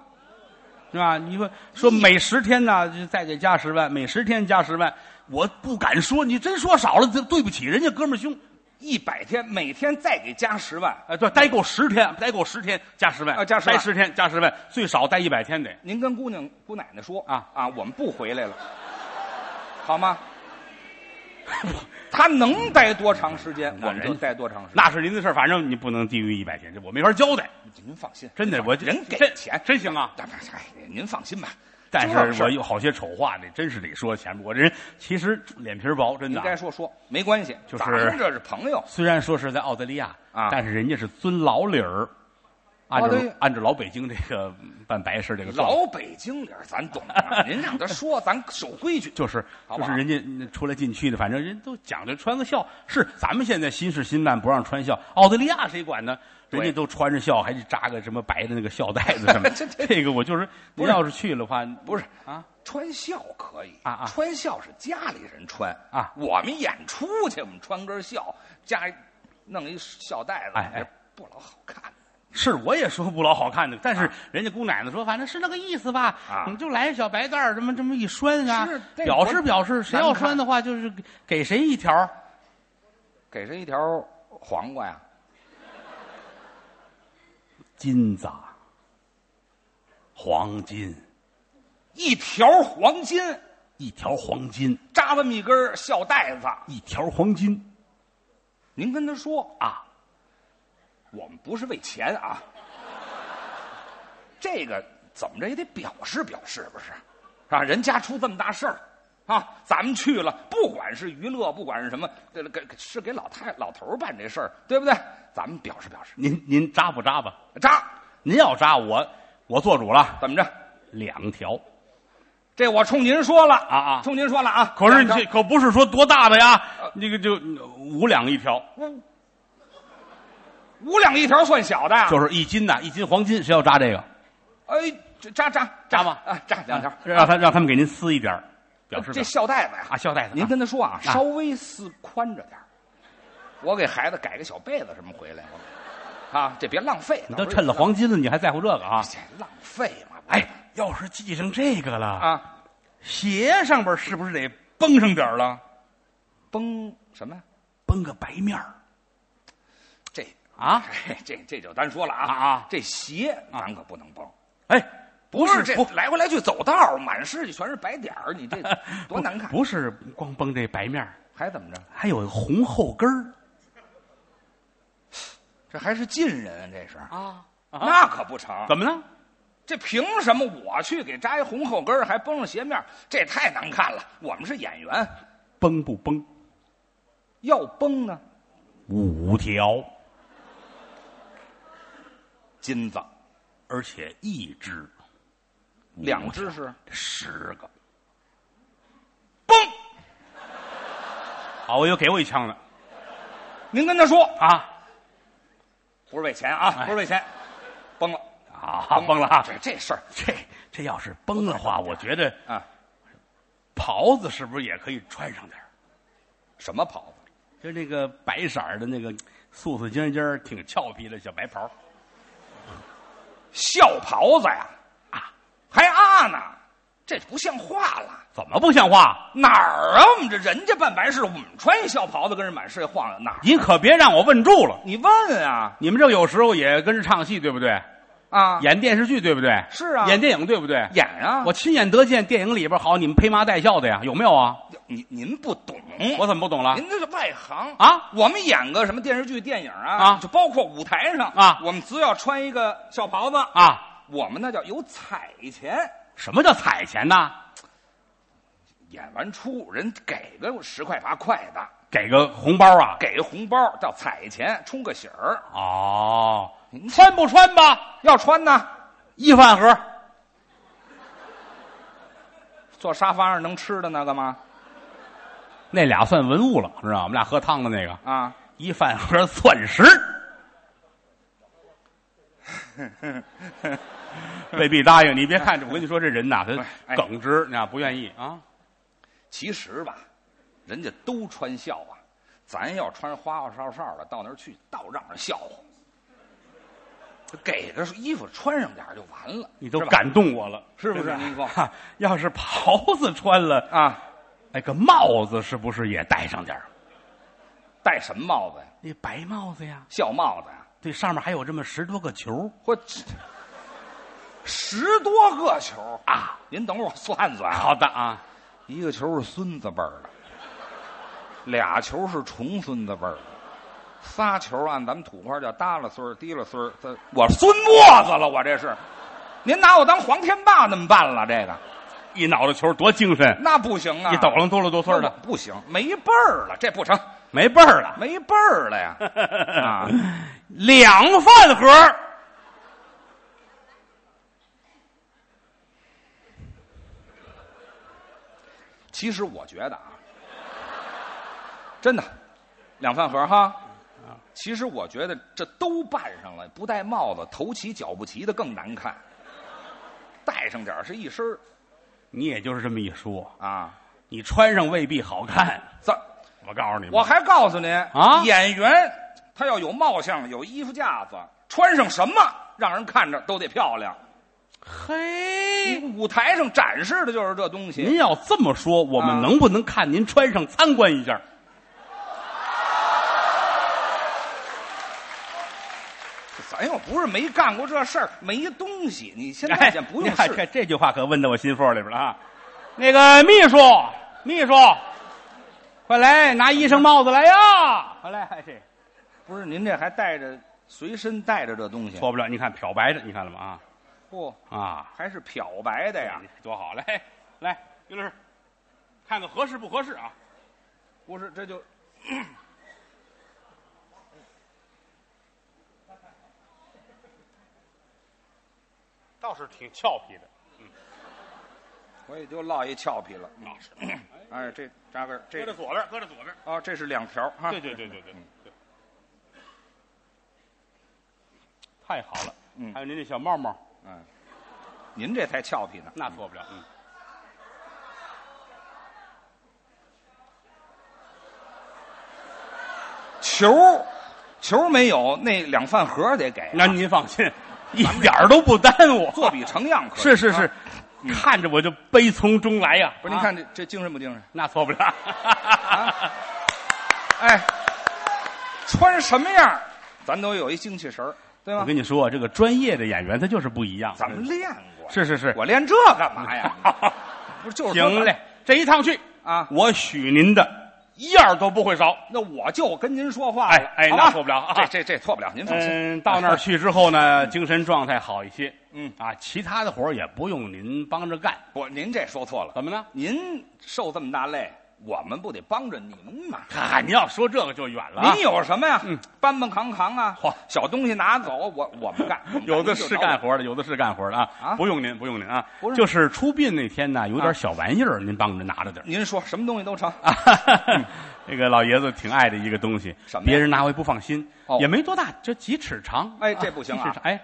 [SPEAKER 1] 是吧？你说说每十天呢，就再给加十万，每十天加十万，我不敢说，你真说少了，这对不起人家哥们儿兄。
[SPEAKER 2] 一百天，每天再给加十万。
[SPEAKER 1] 哎，对，待够十天，待够十天加十万
[SPEAKER 2] 啊加10万
[SPEAKER 1] 待十天加十万，最少待一百天得。
[SPEAKER 2] 您跟姑娘姑奶奶说
[SPEAKER 1] 啊
[SPEAKER 2] 啊，我们不回来了，好吗？他能待多长时间，
[SPEAKER 1] 那
[SPEAKER 2] 我们就
[SPEAKER 1] 人
[SPEAKER 2] 待多长时间。
[SPEAKER 1] 那是您的事儿反正你不能低于一百天，这我没法交代。
[SPEAKER 2] 您放心，
[SPEAKER 1] 真的，我
[SPEAKER 2] 人给
[SPEAKER 1] 真
[SPEAKER 2] 钱
[SPEAKER 1] 真行啊！
[SPEAKER 2] 哎哎您放心吧。
[SPEAKER 1] 但
[SPEAKER 2] 这
[SPEAKER 1] 是
[SPEAKER 2] 事
[SPEAKER 1] 我
[SPEAKER 2] 儿
[SPEAKER 1] 有好些丑话，得真是得说前面。我这人其实脸皮儿薄，真的
[SPEAKER 2] 您
[SPEAKER 1] 啊。
[SPEAKER 2] 该说说，没关系，
[SPEAKER 1] 就是
[SPEAKER 2] 咱们这是朋友。
[SPEAKER 1] 虽然说是在澳大利亚
[SPEAKER 2] 啊
[SPEAKER 1] 但是人家是遵老理儿，按
[SPEAKER 2] 澳
[SPEAKER 1] 照
[SPEAKER 2] 大利亚
[SPEAKER 1] 按照老北京这个嗯办白事这个状态
[SPEAKER 2] 老北京脸儿咱懂 啊，您让他说，咱守规矩。
[SPEAKER 1] 就是
[SPEAKER 2] 好
[SPEAKER 1] 就
[SPEAKER 2] 不
[SPEAKER 1] 是
[SPEAKER 2] 好
[SPEAKER 1] 人家那出来进去的，反正人都讲究穿个孝。是咱们现在新式新办不让穿孝，澳大利亚谁管呢？人家
[SPEAKER 2] 对
[SPEAKER 1] 都穿着孝，还得扎个什么白的那个孝带 子什么
[SPEAKER 2] 这。这
[SPEAKER 1] 这个我就是，您
[SPEAKER 2] 是
[SPEAKER 1] 要是去的话，不
[SPEAKER 2] 是
[SPEAKER 1] 啊，
[SPEAKER 2] 穿孝可以
[SPEAKER 1] 啊啊
[SPEAKER 2] 穿孝是家里人穿
[SPEAKER 1] 啊
[SPEAKER 2] 我们演出去，我们穿根孝，家里弄一孝带子，
[SPEAKER 1] 哎哎
[SPEAKER 2] 这不老好看。
[SPEAKER 1] 是我也说不老好看的，但是人家姑奶奶说，反正是那个意思吧，
[SPEAKER 2] 啊
[SPEAKER 1] 你就来一小白带儿，这么这么一拴啊
[SPEAKER 2] 是，这
[SPEAKER 1] 表
[SPEAKER 2] 多
[SPEAKER 1] 示表示，谁要
[SPEAKER 2] 难看
[SPEAKER 1] 拴的话就是给给谁一条儿。
[SPEAKER 2] 给谁一条黄瓜呀？
[SPEAKER 1] 金子，黄金，
[SPEAKER 2] 一条黄金
[SPEAKER 1] 一条黄金，
[SPEAKER 2] 扎这么一根孝带子，
[SPEAKER 1] 一条黄金
[SPEAKER 2] 您跟他说，
[SPEAKER 1] 啊！
[SPEAKER 2] 我们不是为钱啊，这个怎么着也得表示表示，不是？啊，人家出这么大事儿，啊，咱们去了，不管是娱乐，不管是什么，对了，给给是给老太老头儿办这事儿，对不对？咱们表示表示，
[SPEAKER 1] 您您扎不扎吧？
[SPEAKER 2] 扎
[SPEAKER 1] 您要扎我，我做主了，
[SPEAKER 2] 怎么着？
[SPEAKER 1] 两条。
[SPEAKER 2] 这我冲您说了
[SPEAKER 1] 啊啊
[SPEAKER 2] 冲您说了啊！
[SPEAKER 1] 可是
[SPEAKER 2] 两
[SPEAKER 1] 这
[SPEAKER 2] 条呃
[SPEAKER 1] 可不是说多大的呀，那个就五两一条，
[SPEAKER 2] 五五两一条算小的呀、
[SPEAKER 1] 就是一斤呐，一斤黄金，谁要扎这个？
[SPEAKER 2] 哎，这扎扎
[SPEAKER 1] 扎吧
[SPEAKER 2] 啊，扎两条，
[SPEAKER 1] 让他让他们给您撕一点儿，表示
[SPEAKER 2] 这
[SPEAKER 1] 表
[SPEAKER 2] 孝带子呀
[SPEAKER 1] 啊，，孝带子啊。
[SPEAKER 2] 您跟他说啊，稍微撕宽着点儿我给孩子改个小被子什么回来，我啊，这别浪费。
[SPEAKER 1] 你都趁了黄金了，你还在乎这个啊？
[SPEAKER 2] 这浪费嘛？
[SPEAKER 1] 哎，要是系上这个了，
[SPEAKER 2] 啊，
[SPEAKER 1] 鞋上边是不是得绷上点儿了？
[SPEAKER 2] 崩什么呀？
[SPEAKER 1] 绷个白面儿
[SPEAKER 2] 这
[SPEAKER 1] 啊？
[SPEAKER 2] 哎，这这就单说了
[SPEAKER 1] 啊
[SPEAKER 2] 啊
[SPEAKER 1] 啊
[SPEAKER 2] 这鞋咱可不能崩。
[SPEAKER 1] 哎，
[SPEAKER 2] 不
[SPEAKER 1] 是
[SPEAKER 2] 是这
[SPEAKER 1] 不
[SPEAKER 2] 来回来去走道儿，满世界全是白点儿，你这多难 看！
[SPEAKER 1] 不是光绷这白面儿
[SPEAKER 2] 还怎么着？
[SPEAKER 1] 还有红后跟儿
[SPEAKER 2] 这还是近人啊，这是
[SPEAKER 1] 啊？
[SPEAKER 2] 那可不成。
[SPEAKER 1] 怎么了？
[SPEAKER 2] 这凭什么我去给扎一红后跟儿，还绷上鞋面儿？这太难看了。我们是演员，
[SPEAKER 1] 绷不绷？
[SPEAKER 2] 要绷呢，
[SPEAKER 1] 五条，
[SPEAKER 2] 金子
[SPEAKER 1] 而且一只，
[SPEAKER 2] 两只是
[SPEAKER 1] 十个。
[SPEAKER 2] 崩。
[SPEAKER 1] 好，啊我又给我一枪了
[SPEAKER 2] 您跟他说，
[SPEAKER 1] 啊
[SPEAKER 2] 不是为钱啊，不是为钱，崩了，
[SPEAKER 1] 啊！崩了啊！
[SPEAKER 2] 这这事儿
[SPEAKER 1] 这这要是崩的话，我觉得
[SPEAKER 2] 啊，
[SPEAKER 1] 袍子是不是也可以穿上点儿
[SPEAKER 2] 什么袍子？
[SPEAKER 1] 就那个白色儿的那个素素尖尖儿、挺俏皮的小白袍儿，
[SPEAKER 2] 孝袍子呀，啊，还啊呢，这不像话了。
[SPEAKER 1] 怎么不像话？
[SPEAKER 2] 哪儿啊？我们这人家办白事，我们穿一孝袍子跟人满世界晃悠，哪儿？
[SPEAKER 1] 您可别让我问住了。
[SPEAKER 2] 你问啊
[SPEAKER 1] 你们这有时候也跟着唱戏，对不对？
[SPEAKER 2] 啊，
[SPEAKER 1] 演电视剧，对不对？
[SPEAKER 2] 是啊
[SPEAKER 1] 演电影，对不对？
[SPEAKER 2] 演啊！
[SPEAKER 1] 我亲眼得见电影里边好，你们披麻戴孝的呀，有没有啊？
[SPEAKER 2] 您您不懂，
[SPEAKER 1] 我怎么不懂了？
[SPEAKER 2] 哎您这是外行
[SPEAKER 1] 啊！
[SPEAKER 2] 我们演个什么电视剧、电影啊，
[SPEAKER 1] 啊
[SPEAKER 2] 就包括舞台上
[SPEAKER 1] 啊
[SPEAKER 2] 我们只要穿一个孝袍子，
[SPEAKER 1] 啊，
[SPEAKER 2] 我们那叫有彩钱。
[SPEAKER 1] 什么叫彩钱呢？
[SPEAKER 2] 演完出人给个十块八块的，
[SPEAKER 1] 给个红包啊？
[SPEAKER 2] 给个红包叫彩钱，充个喜儿。
[SPEAKER 1] 哦
[SPEAKER 2] 您，这
[SPEAKER 1] 穿不穿吧？
[SPEAKER 2] 要穿呢，
[SPEAKER 1] 一饭盒，
[SPEAKER 2] 坐沙发上能吃的那个吗？
[SPEAKER 1] 那俩算文物了，知道吗？我们俩喝汤的那个，
[SPEAKER 2] 啊，
[SPEAKER 1] 一饭盒钻 石，未必答应。你别看这，我跟你说，这人呐， 他
[SPEAKER 2] 哎
[SPEAKER 1] 耿直，你看不愿意啊。
[SPEAKER 2] 其实吧，人家都穿孝啊，咱要穿花花哨哨的到那儿去，倒让人笑话。给个衣服穿上点儿就完了，
[SPEAKER 1] 你都
[SPEAKER 2] 是吧
[SPEAKER 1] 感动我 了，
[SPEAKER 2] 是不是
[SPEAKER 1] 真的
[SPEAKER 2] 您说
[SPEAKER 1] 哈要是袍子穿了，
[SPEAKER 2] 啊？
[SPEAKER 1] 哎，个帽子是不是也戴上点儿
[SPEAKER 2] 戴什么帽子呀？
[SPEAKER 1] 那白帽子呀，
[SPEAKER 2] 孝帽子呀？
[SPEAKER 1] 对，上面还有这么十多个球
[SPEAKER 2] 或十多个球啊！
[SPEAKER 1] 啊。
[SPEAKER 2] 您等会儿我算算啊，
[SPEAKER 1] 好的啊，
[SPEAKER 2] 一个球是孙子辈儿的，俩球是重孙子辈儿，仨球按咱们土话叫耷拉孙儿、提拉孙儿。这我孙墨子了，我这是，您拿我当黄天霸那么办了？这个
[SPEAKER 1] 一脑袋球多精神，
[SPEAKER 2] 那不行啊！
[SPEAKER 1] 一抖楞多了多岁
[SPEAKER 2] 那
[SPEAKER 1] 的，
[SPEAKER 2] 我不行，没辈儿了，这不成，
[SPEAKER 1] 没辈儿了。
[SPEAKER 2] 没辈儿 了呀！啊，
[SPEAKER 1] 两饭盒儿，
[SPEAKER 2] 其实我觉得啊，真的，两饭盒哈。其实我觉得这都扮上了，不戴帽子，头齐脚不齐的更难看。戴上点儿是一身儿
[SPEAKER 1] 你也就是这么一说，
[SPEAKER 2] 啊，
[SPEAKER 1] 你穿上未必好看。
[SPEAKER 2] 这
[SPEAKER 1] 我告诉你吧，
[SPEAKER 2] 我还告诉您
[SPEAKER 1] 啊
[SPEAKER 2] 演员他要有貌相，有衣服架子，穿上什么让人看着都得漂亮。
[SPEAKER 1] 嘿，
[SPEAKER 2] 舞台上展示的就是这东西。
[SPEAKER 1] 嗯您要这么说，我
[SPEAKER 2] 啊
[SPEAKER 1] 们能不能看您穿上参观一下？
[SPEAKER 2] 咱又哎不是没干过这事儿，没东西。你现在
[SPEAKER 1] 哎，
[SPEAKER 2] 先不
[SPEAKER 1] 您
[SPEAKER 2] 用
[SPEAKER 1] 看
[SPEAKER 2] 试，
[SPEAKER 1] 这这句话可问到我心窝里边了啊！那个秘书，秘书，快来拿医生帽子来呀！快来，哎这
[SPEAKER 2] 不是您这还带着随身带着这东西，
[SPEAKER 1] 错不了。你看漂白的，你看了吗？
[SPEAKER 2] 不
[SPEAKER 1] 啊啊，哎
[SPEAKER 2] 还是漂白的呀？
[SPEAKER 1] 多好！来来，于老师，看看合适不合适啊？
[SPEAKER 2] 不是，这就
[SPEAKER 1] 倒是挺俏皮的，
[SPEAKER 2] 我也就落一俏皮了。
[SPEAKER 1] 那是，
[SPEAKER 2] 哎，这扎根儿这
[SPEAKER 1] 啊搁着左边，搁着左边。
[SPEAKER 2] 哦，这是两条 哈。
[SPEAKER 1] 对对对对对对，太好了！
[SPEAKER 2] 嗯
[SPEAKER 1] 还有您这小帽帽，
[SPEAKER 2] 嗯，您这才俏皮呢。
[SPEAKER 1] 那错不了。嗯，
[SPEAKER 2] 球，球没有，那两饭盒得给啊、
[SPEAKER 1] 那您放心，一点儿都不耽误。
[SPEAKER 2] 做比成样可以
[SPEAKER 1] 是是是
[SPEAKER 2] 啊，
[SPEAKER 1] 嗯看着我就悲从中来呀。
[SPEAKER 2] 不是？您
[SPEAKER 1] 啊，
[SPEAKER 2] 看这这精神不精神？
[SPEAKER 1] 那错不了。
[SPEAKER 2] 哎，穿什么样儿，咱都有一精气神儿，对
[SPEAKER 1] 我
[SPEAKER 2] 吗？
[SPEAKER 1] 跟你说，这个专业的演员他就是不一样。
[SPEAKER 2] 咱们练过，
[SPEAKER 1] 是是是，
[SPEAKER 2] 我练这干嘛 呀？
[SPEAKER 1] 啊
[SPEAKER 2] 不是就是说
[SPEAKER 1] 行嘞，这一趟去，
[SPEAKER 2] 啊？
[SPEAKER 1] 我许您的一样都不会少。
[SPEAKER 2] 那我就跟您说话
[SPEAKER 1] 哎
[SPEAKER 2] 了，
[SPEAKER 1] 哎，
[SPEAKER 2] 好
[SPEAKER 1] 那
[SPEAKER 2] 吧
[SPEAKER 1] 错不了啊。
[SPEAKER 2] 这这这错不了，您放心。
[SPEAKER 1] 嗯，到那儿 去之后呢，精神状态好一些。
[SPEAKER 2] 嗯
[SPEAKER 1] 啊，其他的活儿也不用您帮着干。
[SPEAKER 2] 不，您这说错了，
[SPEAKER 1] 怎么呢？
[SPEAKER 2] 您受这么大累，我们不得帮着您吗？
[SPEAKER 1] 嗨，您要说这个就远了啊。
[SPEAKER 2] 您有什么呀？
[SPEAKER 1] 嗯
[SPEAKER 2] 搬搬扛扛啊
[SPEAKER 1] 嚯，
[SPEAKER 2] 小东西拿走，我我们干。我们干
[SPEAKER 1] 有的是干，活的，有的是干活的啊！
[SPEAKER 2] 啊
[SPEAKER 1] 不用您，不用您啊
[SPEAKER 2] 不！是
[SPEAKER 1] 就是出殡那天呢，有点小玩意儿，您帮着拿着点儿
[SPEAKER 2] 您就找我您说什么东西都成。
[SPEAKER 1] 啊。 这个老爷子挺爱的一个东西
[SPEAKER 2] 什，么呀
[SPEAKER 1] 别人拿回不放心
[SPEAKER 2] 哦，
[SPEAKER 1] 也没多大，就几尺长。
[SPEAKER 2] 哎这不行啊
[SPEAKER 1] 几尺长哎，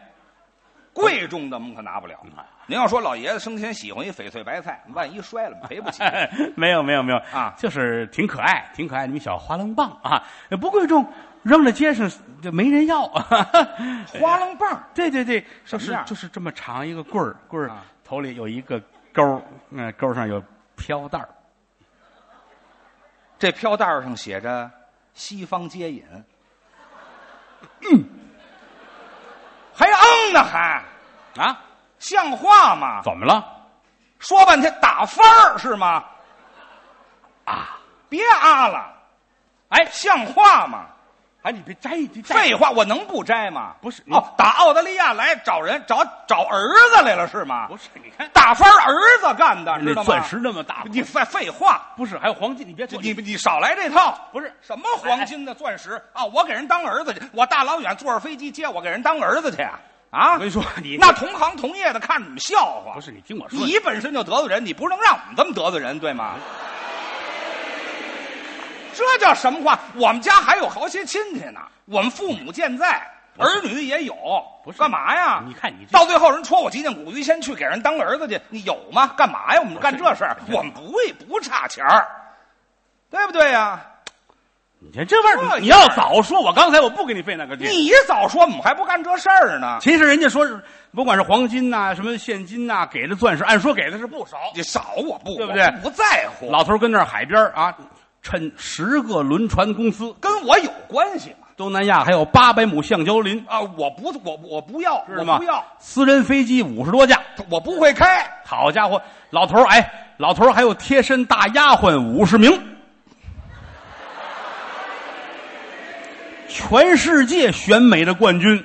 [SPEAKER 2] 贵重的我们可拿不了。
[SPEAKER 1] 嗯
[SPEAKER 2] 您要说老爷子生前喜欢一翡翠白菜，万一摔了赔不起。
[SPEAKER 1] 没有没有没有
[SPEAKER 2] 啊
[SPEAKER 1] 就是挺可爱，挺可爱的一小花楞棒啊，也不贵重，扔在街上就没人要。
[SPEAKER 2] 花楞棒儿，
[SPEAKER 1] 对对对，就
[SPEAKER 2] 什么
[SPEAKER 1] 是
[SPEAKER 2] 样儿
[SPEAKER 1] 就是这么长一个棍儿，棍儿
[SPEAKER 2] 啊
[SPEAKER 1] 头里有一个钩儿，嗯，钩上有飘带儿。
[SPEAKER 2] 这飘带儿上写着“西方接引”。嗯，
[SPEAKER 1] 嗯
[SPEAKER 2] 还嗯呢还
[SPEAKER 1] 啊，
[SPEAKER 2] 像话吗？
[SPEAKER 1] 怎么了？
[SPEAKER 2] 说半天打翻儿是吗？啊，别啊了，哎，像话吗？
[SPEAKER 1] 哎，你别摘，你摘。
[SPEAKER 2] 废话，我能不摘吗？
[SPEAKER 1] 不是你
[SPEAKER 2] 哦，打澳大利亚来找人找找儿子来了是吗？
[SPEAKER 1] 不是，你看
[SPEAKER 2] 打翻儿子干的，知
[SPEAKER 1] 那
[SPEAKER 2] 道吗？
[SPEAKER 1] 钻石那么大，
[SPEAKER 2] 你废废话，
[SPEAKER 1] 不是还有黄金？你别
[SPEAKER 2] 这
[SPEAKER 1] 做
[SPEAKER 2] 你你少来这套。
[SPEAKER 1] 不是
[SPEAKER 2] 什么黄金的钻石
[SPEAKER 1] 哎
[SPEAKER 2] 啊！我给人当儿子去，我大老远坐着飞机接我给人当儿子去啊！啊
[SPEAKER 1] 我跟你说，你
[SPEAKER 2] 那同行同业的看着你们笑话
[SPEAKER 1] 不。是你听我说，
[SPEAKER 2] 你本身就得罪人，你不能让我们这么得罪人，对吗？这叫什么话？我们家还有好些亲戚呢，我们父母健在，
[SPEAKER 1] 不是
[SPEAKER 2] 儿女也有，
[SPEAKER 1] 嗯不是
[SPEAKER 2] 干嘛呀？
[SPEAKER 1] 你看你这
[SPEAKER 2] 到最后人戳我脊梁骨，于先去给人当儿子去，你有吗？干嘛呀？我们干这事儿，我们不为不差钱儿，对不对呀？
[SPEAKER 1] 你这这玩意
[SPEAKER 2] 这
[SPEAKER 1] 儿，
[SPEAKER 2] 样
[SPEAKER 1] 你要早说，我刚才我不跟你费那个劲。
[SPEAKER 2] 你早说，我们还不干这事儿呢。
[SPEAKER 1] 其实人家说是，不管是黄金呐、什么现金呐、给的钻石，按说给的是不少。
[SPEAKER 2] 你少我不，
[SPEAKER 1] 对不对
[SPEAKER 2] 我不在乎，
[SPEAKER 1] 老头儿跟那儿海边儿啊，趁十个轮船公司，
[SPEAKER 2] 跟我有关系吗？
[SPEAKER 1] 东南亚还有八百亩橡胶林，
[SPEAKER 2] 啊，我不，我我不要，
[SPEAKER 1] 知道
[SPEAKER 2] 我
[SPEAKER 1] 吗？
[SPEAKER 2] 不要，
[SPEAKER 1] 私人飞机五十多架，
[SPEAKER 2] 我不会开。
[SPEAKER 1] 好家伙，老头儿哎，老头儿还有贴身大丫鬟五十名，全世界选美的冠军，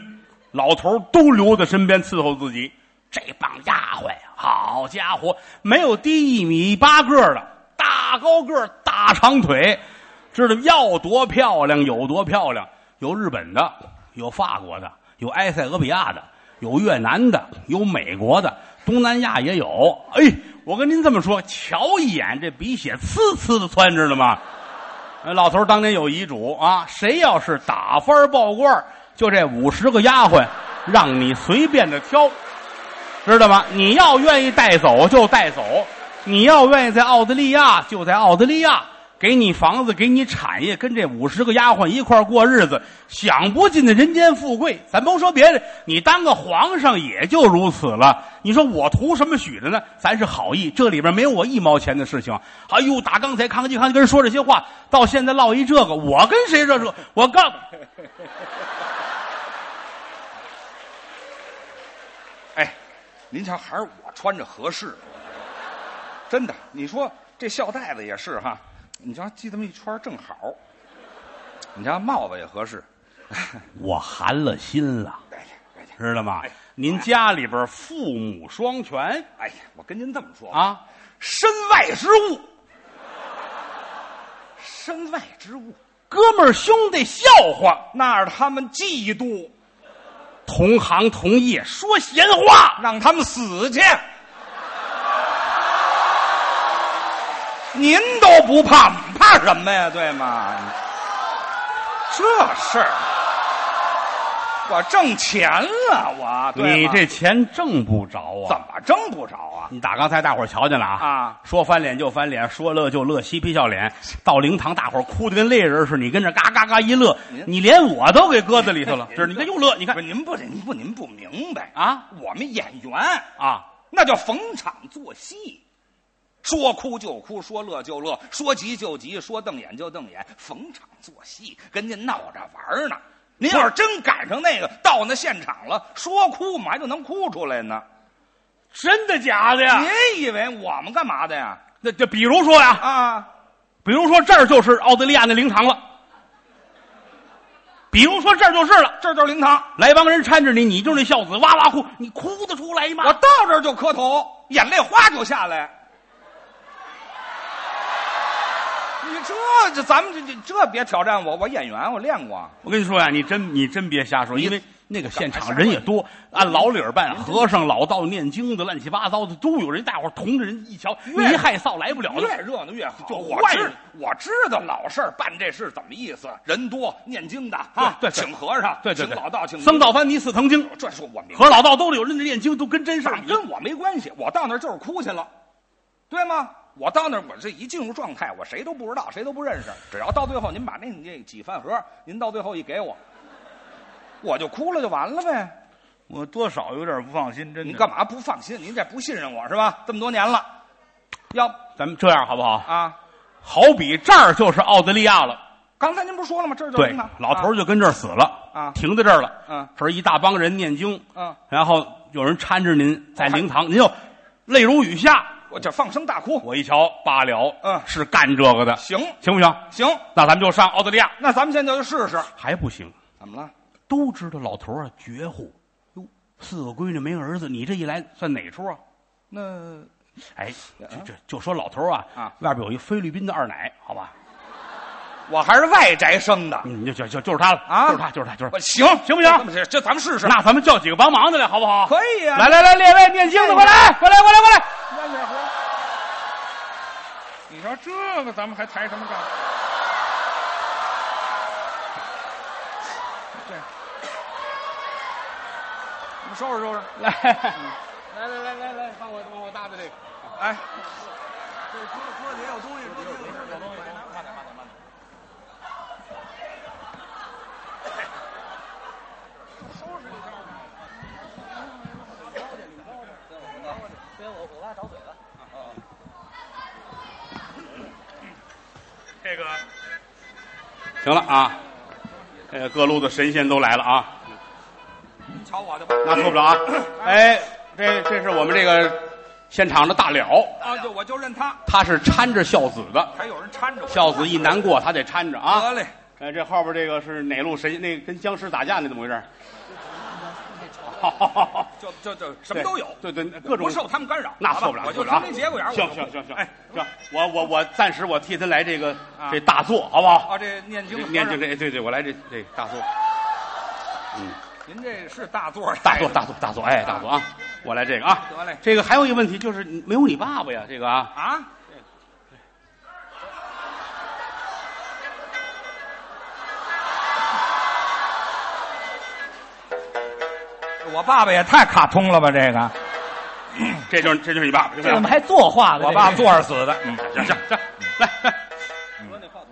[SPEAKER 1] 老头儿都留在身边伺候自己。这帮丫鬟，好家伙，没有低一米八个的，大高个儿大长腿，知道要多漂亮有多漂亮。有日本的，有法国的，有埃塞俄比亚的，有越南的，有美国的，东南亚也有。哎，我跟您这么说，瞧一眼这鼻血呲呲的窜，知道吗？呃老头儿当年有遗嘱啊，谁要是打翻儿报官儿，就这五十个丫鬟，让你随便的挑，知道吗？你要愿意带走就带走，你要愿意在澳大利亚就在澳大利亚，给你房子，给你产业，跟这五十个丫鬟一块儿过日子，享不尽的人间富贵。咱甭说别的，你当个皇上也就如此了。你说我图什么许的呢？咱是好意，这里边没有我一毛钱的事情。哎呦，打刚才康熙康熙跟人说这些话，到现在落一这个，我跟谁这这？我告
[SPEAKER 2] 哎，您瞧，还是我穿着合适。真的，你说这孝带子也是哈，你瞧系这么一圈儿正好。你瞧帽子也合适。
[SPEAKER 1] 我寒了心了，
[SPEAKER 2] 哎呀，哎呀，
[SPEAKER 1] 知道吗
[SPEAKER 2] 哎？
[SPEAKER 1] 您家里边父母双全
[SPEAKER 2] 哎呀，我跟您这么说，
[SPEAKER 1] 啊，
[SPEAKER 2] 身外之物，身外之物，
[SPEAKER 1] 哥们儿兄弟笑话，
[SPEAKER 2] 那是他们嫉妒，
[SPEAKER 1] 同行同业说闲话，
[SPEAKER 2] 让他们死去。您都不怕，怕什么呀？对吗？这事儿，我挣钱了，我对
[SPEAKER 1] 你
[SPEAKER 2] 吗
[SPEAKER 1] 这钱挣不着
[SPEAKER 2] 怎
[SPEAKER 1] 啊！
[SPEAKER 2] 么挣不着啊？
[SPEAKER 1] 你打刚才大伙儿瞧见了啊？
[SPEAKER 2] 啊
[SPEAKER 1] 说翻脸就翻脸，说乐就乐，嬉皮笑脸。到灵堂，大伙儿哭的跟泪人似的，你跟这嘎嘎嘎一乐，
[SPEAKER 2] 您
[SPEAKER 1] 你连我都给搁在里头 了。这是你看又乐，你看
[SPEAKER 2] 不是您不您不您不明白
[SPEAKER 1] 啊！
[SPEAKER 2] 我们演员
[SPEAKER 1] 啊，
[SPEAKER 2] 那叫逢场作戏，说哭就哭，说乐就乐，说急就急，说瞪眼就瞪眼，逢场作戏，跟您闹着玩儿呢。您要是真赶上那个到那现场了，说哭嘛就能哭出来呢。
[SPEAKER 1] 真的假的呀？
[SPEAKER 2] 您以为我们干嘛的呀？
[SPEAKER 1] 那这比如说呀，
[SPEAKER 2] 啊，
[SPEAKER 1] 比如说这儿就是澳大利亚那灵堂了，比如说这儿就是了，
[SPEAKER 2] 这就是灵堂，
[SPEAKER 1] 来帮人搀着你，你就是那孝子，哇哇哭，你哭得出来吗？
[SPEAKER 2] 我到这儿就磕头，眼泪哗就下来。你这这咱们这这这别挑战我，我演员我练过。
[SPEAKER 1] 我跟你说呀、你真你真别瞎说，因为那个现场
[SPEAKER 2] 干嘛瞎说
[SPEAKER 1] 人也多，按老理儿办，和尚、老道、念经的、乱七八糟的都有人，大伙儿同着人一瞧，你一害臊来不了了
[SPEAKER 2] 越。热闹越好。
[SPEAKER 1] 就
[SPEAKER 2] 我
[SPEAKER 1] 坏
[SPEAKER 2] 知
[SPEAKER 1] 了
[SPEAKER 2] 我知道老事儿办这事怎么意思，人多念经的啊
[SPEAKER 1] 啊，对对
[SPEAKER 2] 请和尚，
[SPEAKER 1] 对对
[SPEAKER 2] 请
[SPEAKER 1] 对，
[SPEAKER 2] 老道，请
[SPEAKER 1] 僧道，翻尼四藤经
[SPEAKER 2] 这是我明白，
[SPEAKER 1] 和老道兜里有人家念经，都跟真事儿一样。
[SPEAKER 2] 跟我没关系，我到那儿就是哭去了，对吗？我到那儿，我这一进入状态，我谁都不知道，谁都不认识。只要到最后，您把那那几饭盒，您到最后一给我， 我就哭了，就完了呗。
[SPEAKER 1] 我多少有点不放心，真
[SPEAKER 2] 您干嘛不放心？您这不信任我是吧？这么多年了，要
[SPEAKER 1] 咱们这样好不好？
[SPEAKER 2] 啊，
[SPEAKER 1] 好比这儿就是澳大利亚了。
[SPEAKER 2] 刚才您不是说了吗？这儿就
[SPEAKER 1] 对
[SPEAKER 2] 是呢，
[SPEAKER 1] 老头儿就跟这儿死了
[SPEAKER 2] 啊
[SPEAKER 1] 停在这儿了。
[SPEAKER 2] 嗯
[SPEAKER 1] 这儿一大帮人念经，
[SPEAKER 2] 嗯，
[SPEAKER 1] 然后有人搀着您在灵堂，您就泪如雨下。
[SPEAKER 2] 我这放声大哭，
[SPEAKER 1] 我一瞧，罢了，
[SPEAKER 2] 嗯
[SPEAKER 1] 是干这个的，
[SPEAKER 2] 行
[SPEAKER 1] 行不行？
[SPEAKER 2] 行，
[SPEAKER 1] 那咱们就上澳大利亚，
[SPEAKER 2] 那咱们现在就试试。
[SPEAKER 1] 还不行？
[SPEAKER 2] 怎么了？
[SPEAKER 1] 都知道老头儿啊绝户，哟，四个闺女没儿子，你这一来算哪出啊？
[SPEAKER 2] 那
[SPEAKER 1] 哎，这这就说老头儿啊，
[SPEAKER 2] 嗯啊
[SPEAKER 1] 外边有一菲律宾的二奶，好吧，
[SPEAKER 2] 我还是外宅生的，
[SPEAKER 1] 嗯，就就就就是他了
[SPEAKER 2] 啊
[SPEAKER 1] 就是他，就是他，就是他
[SPEAKER 2] 我行
[SPEAKER 1] 行不行
[SPEAKER 2] 这么这这咱们试试，
[SPEAKER 1] 那咱们叫几个帮忙的来，好不好？
[SPEAKER 2] 可以啊。哎
[SPEAKER 1] 来，来来，列位念经的，快来，快来，快来，快来！
[SPEAKER 2] 慢点活。
[SPEAKER 3] 你说这个咱们还抬什么杠？
[SPEAKER 2] 你收拾收拾。
[SPEAKER 1] 来，
[SPEAKER 3] 来来来来来，帮我帮我搭的这个。
[SPEAKER 2] 哎，
[SPEAKER 3] 这个
[SPEAKER 1] 行了啊，呃，各路的神仙都来了啊，
[SPEAKER 2] 你瞧我的吧。
[SPEAKER 1] 那错不了啊。 哎，这这是我们这个现场的大了，
[SPEAKER 2] 啊，就我就认他，
[SPEAKER 1] 他是搀着孝子的，
[SPEAKER 2] 还有人搀着我。
[SPEAKER 1] 孝子一难过，他得搀着啊。
[SPEAKER 2] 得嘞，
[SPEAKER 1] 呃，这后边这个是哪路神？那跟僵尸打架那怎么回事？好好好好
[SPEAKER 2] 就就就 什么都有，
[SPEAKER 1] 对对，各种
[SPEAKER 2] 不受他们干扰，
[SPEAKER 1] 那
[SPEAKER 2] 好吧
[SPEAKER 1] 受不了，
[SPEAKER 2] 我就
[SPEAKER 1] 受不了啊
[SPEAKER 2] 从这节骨眼儿，
[SPEAKER 1] 行
[SPEAKER 2] 我就
[SPEAKER 1] 行行行，
[SPEAKER 2] 哎，
[SPEAKER 1] 行，我我我暂时我替他来这个
[SPEAKER 2] 啊
[SPEAKER 1] 这大作，好不好？
[SPEAKER 2] 啊，这念经
[SPEAKER 1] 这
[SPEAKER 2] 的
[SPEAKER 1] 念经
[SPEAKER 2] 和尚，
[SPEAKER 1] 这对对，我来这这大作，
[SPEAKER 2] 哎您这是大座儿
[SPEAKER 1] 大作
[SPEAKER 2] 来的
[SPEAKER 1] 大作大作，哎，大作啊！我来这个啊，
[SPEAKER 2] 得嘞
[SPEAKER 1] 这个还有一个问题就是你没有你爸爸呀，这个啊，
[SPEAKER 2] 啊？我爸爸也太卡通了吧！这
[SPEAKER 1] 啊
[SPEAKER 2] 个，
[SPEAKER 1] 这就是这就是你爸爸，
[SPEAKER 4] 这怎么还作画了？
[SPEAKER 2] 我
[SPEAKER 4] 这
[SPEAKER 2] 爸
[SPEAKER 4] 是
[SPEAKER 2] 坐着死的。嗯，
[SPEAKER 1] 行行行，来来，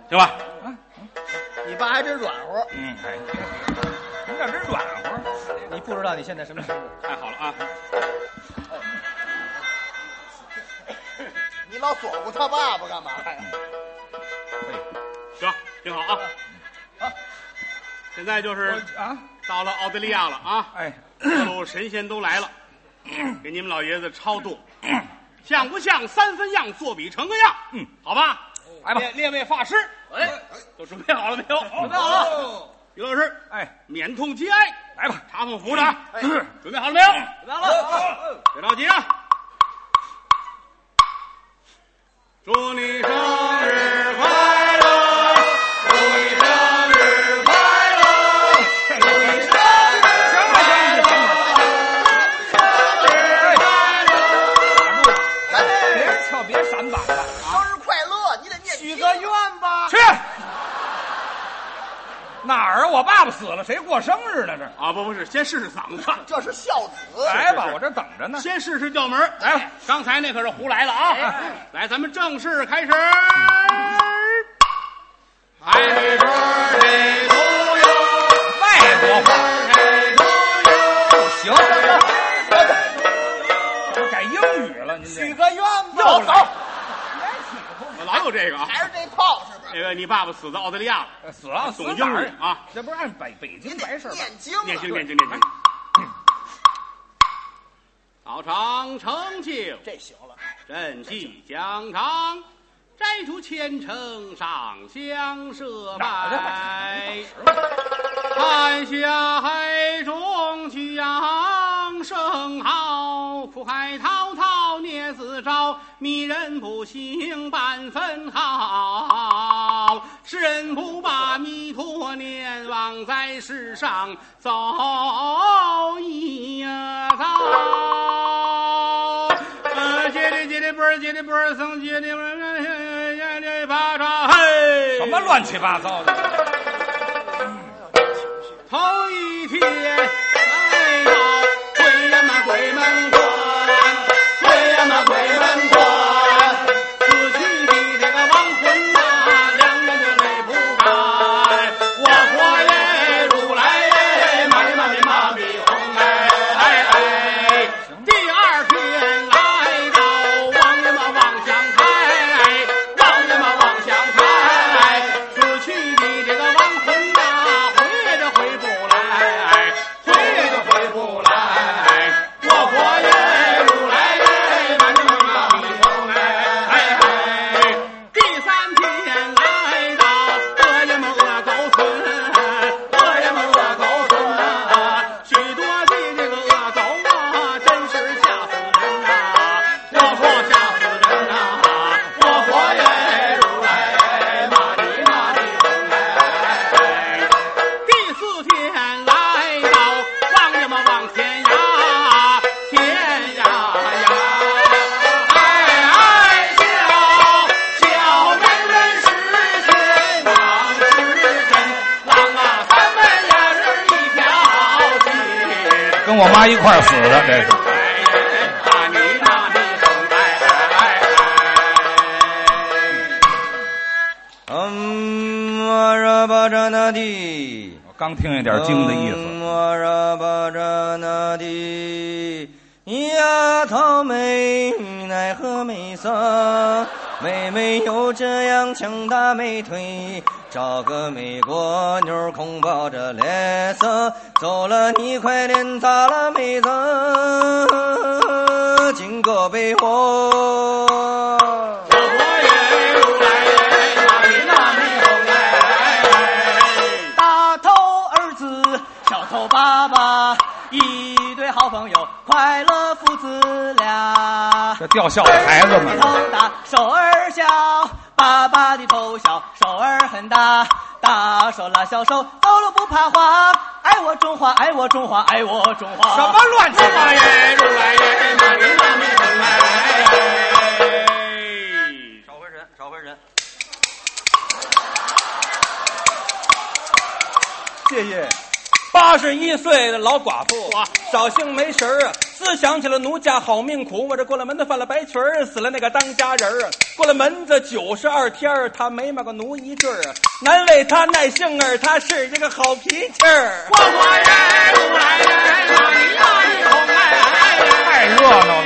[SPEAKER 1] 行吧？
[SPEAKER 4] 你爸还真软和，
[SPEAKER 2] 嗯，哎，您这真软和，
[SPEAKER 4] 你不知道你现在什么身份？
[SPEAKER 1] 太好了啊！
[SPEAKER 5] 你老左顾他爸爸干嘛
[SPEAKER 4] 哎
[SPEAKER 5] 呀？
[SPEAKER 1] 行，挺好啊。现在就是
[SPEAKER 2] 我啊，
[SPEAKER 1] 到了澳大利亚了啊，
[SPEAKER 2] 哎，
[SPEAKER 1] 各路神仙都来了，给你们老爷子超度，像不像三分样，做比成个样？嗯，好吧，
[SPEAKER 2] 来吧
[SPEAKER 1] 列列位法师，哎，都准备好了没有？准备好
[SPEAKER 2] 了。
[SPEAKER 1] 于老师，
[SPEAKER 2] 哎，
[SPEAKER 1] 免痛节哀，
[SPEAKER 2] 来吧，
[SPEAKER 1] 茶凤扶着啊，准备好了没有？
[SPEAKER 4] 来
[SPEAKER 1] 啊
[SPEAKER 4] 了，
[SPEAKER 1] 别着急啊！祝你生日快乐！
[SPEAKER 2] 别跳，别闪板了，
[SPEAKER 5] 生日快乐！你得念
[SPEAKER 4] 许
[SPEAKER 5] 经
[SPEAKER 4] 个愿吧。
[SPEAKER 2] 去。哪儿啊？我爸爸死了，谁过生日呢？这
[SPEAKER 1] 啊，不不是，先试试嗓子，
[SPEAKER 5] 这是孝子。
[SPEAKER 4] 哎
[SPEAKER 2] 来吧，我这等着呢。
[SPEAKER 1] 先试试调门儿。
[SPEAKER 2] 哎，
[SPEAKER 1] 刚才那可是胡来了啊！来，咱们正式开始。Happy birthday to you,
[SPEAKER 2] 外国话
[SPEAKER 1] birthday to you.
[SPEAKER 2] 不行，我改英语了，您
[SPEAKER 4] 许
[SPEAKER 2] 这
[SPEAKER 4] 个愿吧，
[SPEAKER 2] 又来
[SPEAKER 1] 我老有这个啊。
[SPEAKER 5] 还是这炮是吧？
[SPEAKER 1] 那个，你爸爸死在澳大利亚了，
[SPEAKER 2] 死了，死
[SPEAKER 1] 懂
[SPEAKER 2] 哪
[SPEAKER 1] 英
[SPEAKER 2] 儿
[SPEAKER 1] 语？啊？
[SPEAKER 2] 这不是按北北
[SPEAKER 5] 你
[SPEAKER 2] 京白
[SPEAKER 5] 得
[SPEAKER 2] 事儿吗？
[SPEAKER 5] 念经啊。
[SPEAKER 1] 念经，念经，念经。早上成就，
[SPEAKER 5] 这行了，
[SPEAKER 1] 朕系疆场，摘除千层上香设拜，按下海中曲扬声号，苦海滔滔孽自招，迷人不行半分好，世人不把弥陀念，枉在世上走一遭。呃，接的接的波儿，接的波儿，僧接的波儿，接的巴掌，嘿，
[SPEAKER 2] 什么乱七八糟的？
[SPEAKER 1] 头一天，哎呀，鬼呀嘛鬼门关，鬼呀嘛鬼门关，死去的这个亡魂呐、两眼就泪不干。我活耶，如来耶，玛咪玛咪玛咪吽哎哎哎。第二天来到王爷嘛望乡台，王爷嘛望乡台，死去的这个亡魂呐、回来就回不来，回来就回不来。我佛爷，如来耶，南无阿弥陀佛哎。第三天来到恶爷们恶狗村，恶爷们恶狗村啊，许多的这个恶狗啊，真是吓死人呐、要说吓死人呐、我佛爷，如来耶，玛尼玛尼吽哎。第四天来到望呀嘛望天涯，天涯呀，哎哎叫，叫人人是仙，郎是真，郎啊咱们俩是一条筋。
[SPEAKER 2] 跟我妈一块儿死的，这是。
[SPEAKER 1] 玛尼玛尼吽哎。
[SPEAKER 6] 嗯，阿拉巴扎那地，
[SPEAKER 2] 我刚听一点经的意
[SPEAKER 6] 嗯
[SPEAKER 2] 思。
[SPEAKER 6] 阿拉巴扎那地，呀，草莓奈何美色，妹妹有这样强大美腿，找个美国妞儿空抱着脸色，走了你快点咋了妹子，经过被窝。
[SPEAKER 1] 我佛耶，如来耶，玛尼玛尼吽哎。
[SPEAKER 6] 快乐父子俩。
[SPEAKER 1] 这掉校的孩子
[SPEAKER 6] 儿
[SPEAKER 1] 们
[SPEAKER 6] 的，头大，手儿小，爸爸的头小，手儿很大，大手拉小手，走路不怕滑，爱我中华，爱我中华，爱我中华。
[SPEAKER 2] 什么乱七八糟？
[SPEAKER 6] 少回神，少回神。谢谢。八十一岁的老寡妇，少兴没神儿啊，思想起了奴家好命苦。我这过了门的犯了白裙儿，死了那个当家人儿啊。过了门子九十二天儿，他没买过奴一对儿啊。难为他耐性儿，他是一个好脾气儿。
[SPEAKER 2] 太热闹了，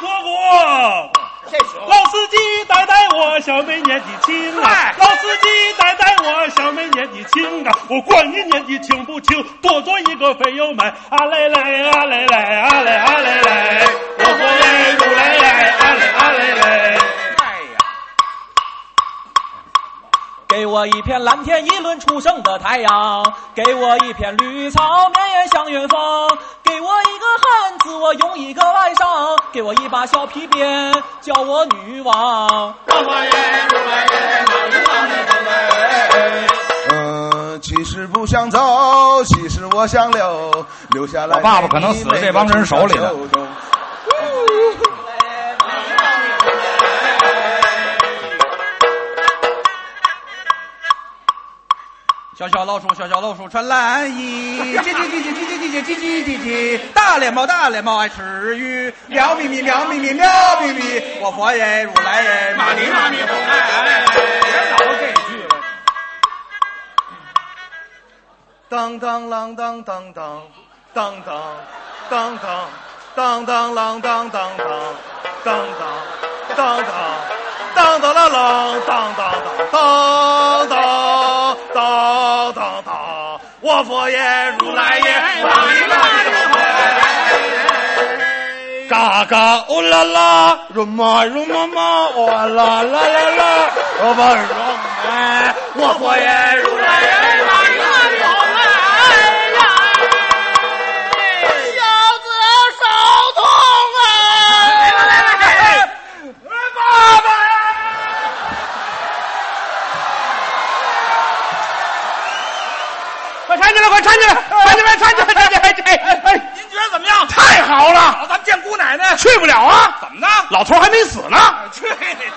[SPEAKER 1] 托我，
[SPEAKER 5] 这时候
[SPEAKER 3] 老司机带带我，小妹年纪轻啊！老司机带带我，小妹年纪轻啊！我管你年纪轻不轻，多做一个肥油门，啊嘞嘞啊嘞嘞啊嘞啊嘞嘞，我说嘞路嘞嘞啊嘞啊嘞嘞。
[SPEAKER 6] 给我一片蓝天，一轮初升的太阳；给我一片绿草，绵延向远方；给我一个汉子，我用一个外裳；给我一把小皮鞭，叫我女王。
[SPEAKER 4] 嗯，其实不想走，其实我想留，留下来。
[SPEAKER 2] 我爸爸可能死在这帮人手里了。
[SPEAKER 6] 小小老鼠，小小老鼠穿蓝衣，叽叽叽叽叽叽叽叽叽叽叽，大脸猫大脸猫爱吃鱼，喵咪咪喵咪咪喵咪咪，我佛爷如来耶，玛尼玛尼佛
[SPEAKER 4] 当当啷当当当，当当当当，当当啷当当当，当当当当，当当啷啷，当当当当当当当当，我佛爷如来耶，玛尼玛尼佛
[SPEAKER 1] 嘎嘎哦啦啦，如嘛如嘛嘛哦啊啦啦啦啦，我把如哎，我佛爷如来耶，玛尼玛尼佛
[SPEAKER 5] 小子手痛啊！
[SPEAKER 1] 快搀起来，快搀起来，搀起来，搀起来，搀起来，这哎，
[SPEAKER 2] 您觉得怎么样？
[SPEAKER 1] 太好了，
[SPEAKER 2] 咱们见姑奶奶
[SPEAKER 1] 去不了啊，
[SPEAKER 2] 怎么的？
[SPEAKER 1] 老头还没死呢，
[SPEAKER 2] 去你的！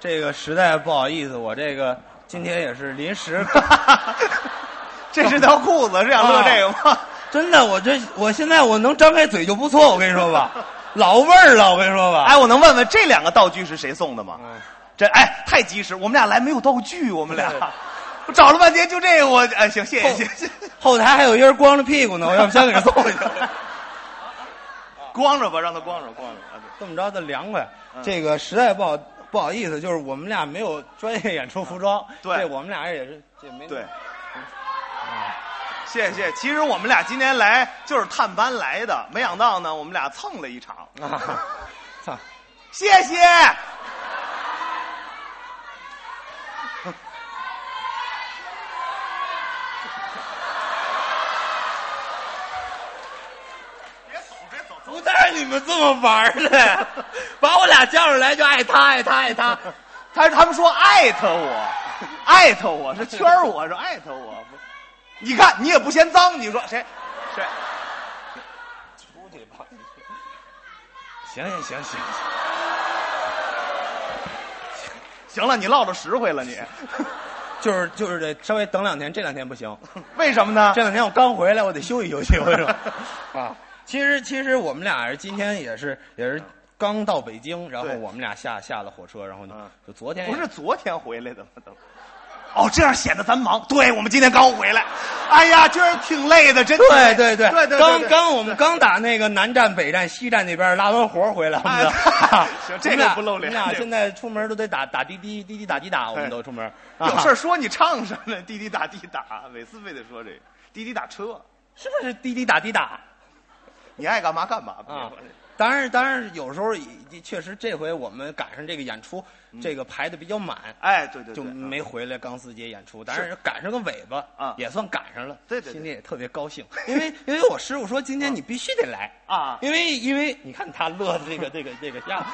[SPEAKER 6] 这个实在不好意思，我这个今天也是临时，
[SPEAKER 4] 这是条裤子，是想乐这个吗？
[SPEAKER 6] 啊 真的，我这我现在我能张开嘴就不错，我跟你说吧，老味儿了，我跟你说吧。
[SPEAKER 4] 哎，我能问问这两个道具是谁送的吗？这哎，太及时，我们俩来没有道具，我们俩，我 找了半天就这个，我哎行，
[SPEAKER 5] 哦
[SPEAKER 4] 谢谢谢谢，
[SPEAKER 6] 后台还有一人光着屁股呢，我要不先给他送回去。
[SPEAKER 4] 光着吧，让他光着光着啊，
[SPEAKER 6] 这么着的凉快，
[SPEAKER 4] 嗯
[SPEAKER 6] 这个实在不好不好意思，就是我们俩没有专业演出服装，
[SPEAKER 4] 嗯对
[SPEAKER 6] 这我们俩也是这没
[SPEAKER 4] 对对，谢谢。其实我们俩今天来就是探班来的，没想到呢，我们俩蹭了一场，
[SPEAKER 6] 啊，操，
[SPEAKER 4] 谢谢。
[SPEAKER 6] 不带你们这么玩的，把我俩叫上来就爱他爱他爱他，
[SPEAKER 4] 他他们说艾特我，艾特我是圈儿我是艾特我，不你看你也不嫌脏，你说谁谁？
[SPEAKER 6] 行行行行，
[SPEAKER 4] 行了，你落着实惠了你，
[SPEAKER 6] 就是就是得稍微等两天，这两天不行，
[SPEAKER 4] 为什么呢？
[SPEAKER 6] 这两天我刚回来，我得休息休息，我跟 你说。啊，其实其实我们俩今天也是也是刚到北京，然后
[SPEAKER 4] 对
[SPEAKER 6] 我们俩下下了火车，然后就
[SPEAKER 4] 嗯
[SPEAKER 6] 就昨天也
[SPEAKER 4] 不是昨天回来的吗？都。哦，这样显得咱忙。对，我们今天刚回来。哎呀，今儿挺累的，真的。
[SPEAKER 6] 对对对
[SPEAKER 4] 对对对
[SPEAKER 6] 刚
[SPEAKER 4] 对
[SPEAKER 6] 刚我们刚打那个南站、北站、西站那边拉完活回来，我们的
[SPEAKER 4] 哎行
[SPEAKER 6] 我们
[SPEAKER 4] 这个
[SPEAKER 6] 俩
[SPEAKER 4] 不露脸
[SPEAKER 6] 我
[SPEAKER 4] 这
[SPEAKER 6] 们俩
[SPEAKER 4] 个
[SPEAKER 6] 现在出门都得打打滴滴滴滴打滴打，我们都出门。啊
[SPEAKER 4] 啊有事儿说你唱什么呢？滴滴答滴答，每次非得说这个。
[SPEAKER 2] 滴滴打车，
[SPEAKER 1] 是不是滴滴打滴打？
[SPEAKER 4] 你爱干嘛干嘛吧。
[SPEAKER 6] 啊，当然，当然，有时候也确实这回我们赶上这个演出，这个排的比较满，
[SPEAKER 4] 嗯哎，对对对，
[SPEAKER 6] 就没回来钢丝街演出。当然赶上个尾巴
[SPEAKER 4] 啊
[SPEAKER 6] 也算赶上了，
[SPEAKER 4] 对对对
[SPEAKER 6] 心里也特别高兴，因为因为我师傅说今天你必须得来
[SPEAKER 4] 啊
[SPEAKER 6] 因为因为你看他乐的这个这个这个样子，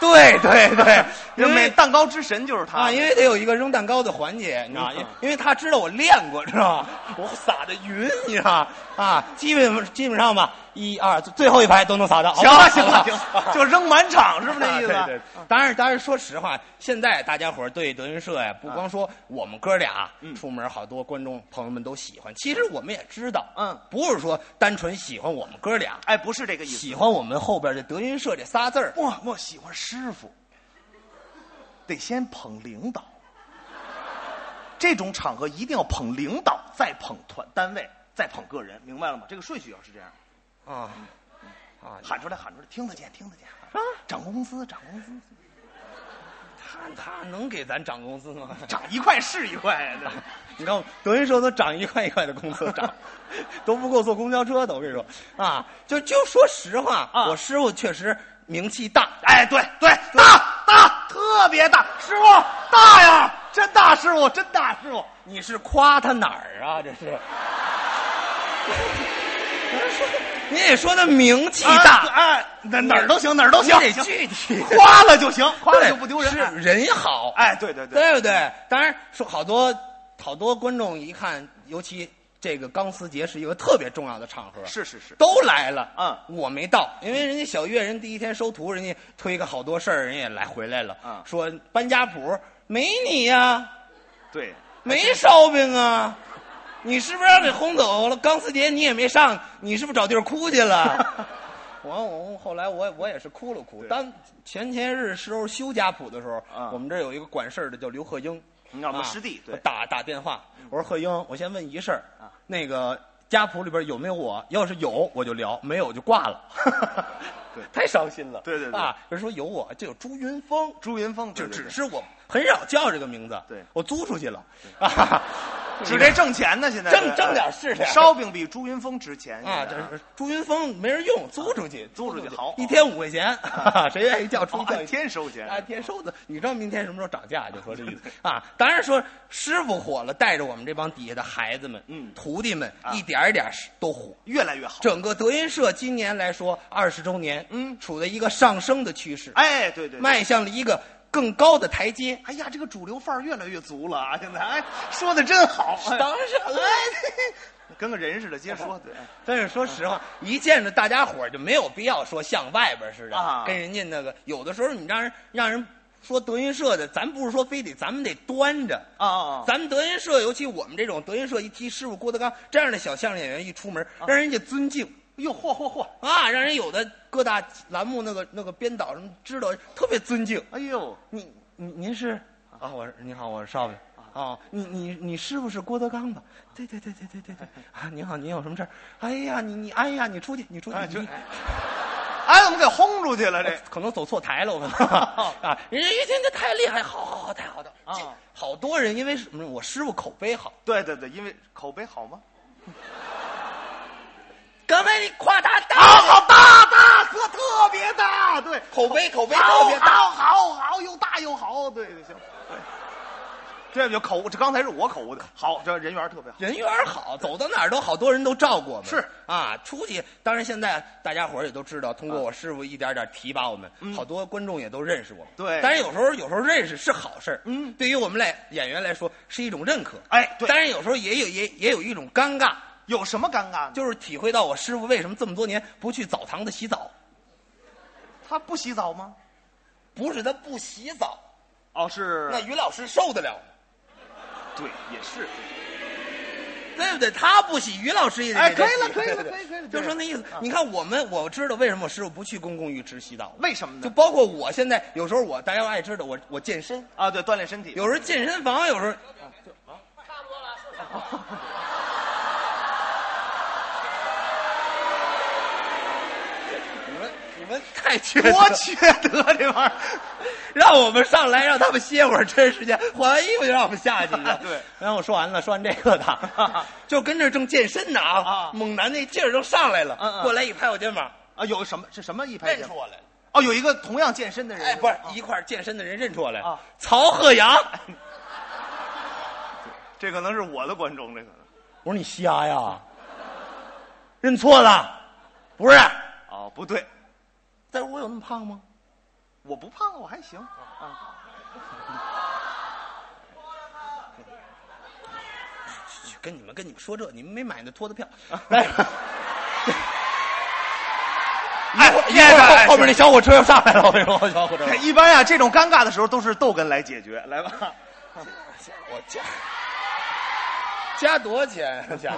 [SPEAKER 6] 对对 对，
[SPEAKER 4] 因为
[SPEAKER 6] 因为
[SPEAKER 4] 蛋糕之神就是他啊
[SPEAKER 6] 啊，因为得有一个扔蛋糕的环节，你知道吗？因因为他知道我练过，知道吗？我撒的匀，你知道吗？啊，基本基本上吧，一二最后一排都能撒到。
[SPEAKER 4] 行了 行了行
[SPEAKER 6] 好吧
[SPEAKER 4] 了，就扔满场是不是这意思？
[SPEAKER 6] 啊对对当然，当然，说实话，现在大家伙儿对德云社呀，不光说我们哥俩啊
[SPEAKER 4] 嗯
[SPEAKER 6] 出门，好多观众朋友们都喜欢。其实我们也知道，
[SPEAKER 4] 嗯，
[SPEAKER 6] 不是说单纯喜欢我们哥俩，
[SPEAKER 4] 哎，不是这个意思。
[SPEAKER 6] 喜欢我们后边这德云社这仨字儿。
[SPEAKER 4] 我我喜欢师傅，得先捧领导。这种场合一定要捧领导，再捧团单位，再捧个人，明白了吗？这个顺序要是这样，
[SPEAKER 6] 啊啊，
[SPEAKER 4] 喊出来，喊出来，听得见，听得见。涨工资，涨工资，
[SPEAKER 6] 他他能给咱 涨工资吗？
[SPEAKER 4] 涨一块是一块呀、 对吧
[SPEAKER 6] 你看，德云社都涨一块一块的工资 涨，都不够坐公交车的。我跟你说啊，就就说实话，
[SPEAKER 4] 啊
[SPEAKER 6] 我师傅确实名气大，
[SPEAKER 4] 哎，对对，大大特别大，师傅大呀，真大师傅，真大师傅。
[SPEAKER 6] 你是夸他哪儿啊？这 是。你得说他名气大，
[SPEAKER 4] 哎，哎哪哪儿都行，哪儿都行，
[SPEAKER 6] 你得具体，
[SPEAKER 4] 夸了就行，夸了
[SPEAKER 6] 对
[SPEAKER 4] 就不丢人。
[SPEAKER 6] 是
[SPEAKER 4] 哎
[SPEAKER 6] 人好，
[SPEAKER 4] 哎，对对对，
[SPEAKER 6] 对不对？当然说好多好多观众一看，尤其这个钢丝节是一个特别重要的场合，
[SPEAKER 4] 是是是，
[SPEAKER 6] 都来了，
[SPEAKER 4] 嗯，
[SPEAKER 6] 我没到，因为人家小月人第一天收徒，人家推个好多事儿，人家也来回来了，
[SPEAKER 4] 嗯
[SPEAKER 6] 说搬家谱没你呀、
[SPEAKER 4] 对，
[SPEAKER 6] 没烧饼啊，你是不是让给轰走了？钢丝节你也没上，你是不是找地儿哭 去了？我我后来我我也是哭了哭。当前前日时候修家谱的时候，
[SPEAKER 4] 啊
[SPEAKER 6] 我们这儿有一个管事儿的叫刘鹤英，
[SPEAKER 4] 嗯我们
[SPEAKER 6] 啊
[SPEAKER 4] 师弟对嗯
[SPEAKER 6] 我打打电话，我说鹤英，我先问一事儿
[SPEAKER 4] 啊，
[SPEAKER 6] 那个家谱里边有没有我？要是有我就聊，没有就挂了。
[SPEAKER 4] 对
[SPEAKER 6] 太伤心了。
[SPEAKER 4] 对对对
[SPEAKER 6] 啊，人说有我就有朱云峰，
[SPEAKER 4] 朱云峰，
[SPEAKER 6] 就
[SPEAKER 4] 对对
[SPEAKER 6] 只
[SPEAKER 4] 对
[SPEAKER 6] 是我很少叫这个名字，
[SPEAKER 4] 对
[SPEAKER 6] 我租出去了 啊。
[SPEAKER 4] 指这挣钱呢，现在
[SPEAKER 6] 挣挣点是点
[SPEAKER 4] 烧饼比朱云峰值钱
[SPEAKER 6] 啊，
[SPEAKER 4] 现
[SPEAKER 6] 这
[SPEAKER 4] 在
[SPEAKER 6] 是朱云峰没人用，租出去，
[SPEAKER 4] 哎租出去好
[SPEAKER 6] 一天五块钱，哈哈， 谁愿意叫
[SPEAKER 4] 哦
[SPEAKER 6] 出叫
[SPEAKER 4] 按天收钱，
[SPEAKER 6] 按天收的，你知道明天什么时候涨价？就说这意思啊。当然说师傅火了，带着我们这帮底下的孩子们、
[SPEAKER 4] 嗯
[SPEAKER 6] 徒弟们
[SPEAKER 4] 啊
[SPEAKER 6] 一点儿一点儿都火。
[SPEAKER 4] 越来越好。
[SPEAKER 6] 整个德云社今年来说二十周年，
[SPEAKER 4] 嗯
[SPEAKER 6] 处在一个上升的趋势，
[SPEAKER 4] 哎，对对，对
[SPEAKER 6] 迈向了一个更高的台阶。
[SPEAKER 4] 哎呀，这个主流范儿越来越足了啊！现在哎，说的真好，哎
[SPEAKER 6] 当然了。
[SPEAKER 4] 跟个人似的，接着说，对，
[SPEAKER 6] 但是说实话，一见着大家伙儿就没有必要说像外边似的，
[SPEAKER 4] 啊
[SPEAKER 6] 跟人家那个有的时候你让人让人说德云社的，咱不是说非得咱们得端着。
[SPEAKER 4] 啊啊，
[SPEAKER 6] 咱们德云社，尤其我们这种德云社一提师傅郭德纲这样的小相声演员一出门，
[SPEAKER 4] 啊
[SPEAKER 6] 让人家尊敬
[SPEAKER 4] 哟，嚯嚯嚯，
[SPEAKER 6] 啊，让人有的各大栏目那个那个编导什么知道特别尊敬。
[SPEAKER 4] 哎呦，
[SPEAKER 6] 你您您是啊？我是你好，我是少爷。啊，你你你师傅是郭德纲吧？对对对对对 对对。啊，您好，您有什么事儿？哎呀，你你哎呀，你出去，你出去，
[SPEAKER 4] 哎
[SPEAKER 6] 你
[SPEAKER 4] 就哎，怎么给轰出去了？这
[SPEAKER 6] 哎可能走错台了，我 们啊，人家一听这太厉害，好好好，太好的
[SPEAKER 4] 啊
[SPEAKER 6] 这好多人因为什么？我师傅口碑好。
[SPEAKER 4] 对对对，因为口碑好吗？
[SPEAKER 6] 刚才你夸他大，
[SPEAKER 4] 好哦大大特特别大，对，
[SPEAKER 6] 口碑口碑特别大。
[SPEAKER 4] 好好好，又大又好，对对行。对这就口误，这刚才是我口误的。好，这人缘特别好。
[SPEAKER 6] 人缘儿好，走到哪儿都好多人都照顾我们。
[SPEAKER 4] 是
[SPEAKER 6] 啊，出去当然现在大家伙儿也都知道，通
[SPEAKER 4] 嗯
[SPEAKER 6] 过我师傅一点点提拔我们，好多观众也都认识我们。
[SPEAKER 4] 对
[SPEAKER 6] 但是有时候有时候认识是好事儿
[SPEAKER 4] 嗯
[SPEAKER 6] 对于我们来演员来说是一种认可。
[SPEAKER 4] 哎对
[SPEAKER 6] 当然有时候也有也也有一种尴尬，
[SPEAKER 4] 有什么尴尬呢？
[SPEAKER 6] 就是体会到我师傅为什么这么多年不去澡堂子洗澡，
[SPEAKER 4] 他不洗澡吗？
[SPEAKER 6] 不是他不洗澡，
[SPEAKER 4] 哦，是
[SPEAKER 6] 那于老师受得了吗？
[SPEAKER 4] 对，也是。
[SPEAKER 6] 对不对？他不洗，于老师也得
[SPEAKER 4] 哎
[SPEAKER 6] 给他
[SPEAKER 4] 可
[SPEAKER 6] 洗
[SPEAKER 4] 以了可以了
[SPEAKER 6] 对不对
[SPEAKER 4] 可以可以了
[SPEAKER 6] 就说那意思。你看我们，我知道为什么我师傅不去公共浴池洗澡，
[SPEAKER 4] 为什么呢
[SPEAKER 6] 就包括我现在有时候我大家爱知道我我健身，
[SPEAKER 4] 啊，对，锻炼身体。
[SPEAKER 6] 有时候健身房，有时候 差不多了。你们你们们
[SPEAKER 2] 太缺德
[SPEAKER 6] 多缺德这玩意儿！让我们上来，让他们歇会儿，真时间换完衣服就让我们下去 了。
[SPEAKER 2] 对，
[SPEAKER 6] 然后我说完了，说完这个 的，就跟这儿正健身呢啊
[SPEAKER 2] 啊，
[SPEAKER 6] 猛男那劲儿都上来
[SPEAKER 2] 嗯
[SPEAKER 6] 了，
[SPEAKER 2] 嗯
[SPEAKER 6] 过来一拍我肩膀，
[SPEAKER 4] 啊，有什么是什么一拍
[SPEAKER 6] 认出我来了。
[SPEAKER 4] 哦，有一个同样健身的人，
[SPEAKER 6] 哎，不是一块儿健身的人认出我来
[SPEAKER 4] 啊，
[SPEAKER 6] 曹鹤阳。
[SPEAKER 4] 这可能是我的观众，这可能
[SPEAKER 6] 我说你瞎呀？认错了？不是？
[SPEAKER 4] 哦不对，
[SPEAKER 6] 但是我有那么胖吗？
[SPEAKER 4] 我不胖，我还行。
[SPEAKER 6] 啊
[SPEAKER 4] 啊
[SPEAKER 6] 去跟你们跟你们说这，你们没买那托 的票。来，哎，一会儿后后边那小火车要上来了，我跟你说，小火车。
[SPEAKER 4] 一般呀，这种尴尬的时候都是逗哏来解 决，来吧。
[SPEAKER 6] 我加加多少钱？
[SPEAKER 4] 啊
[SPEAKER 6] 加，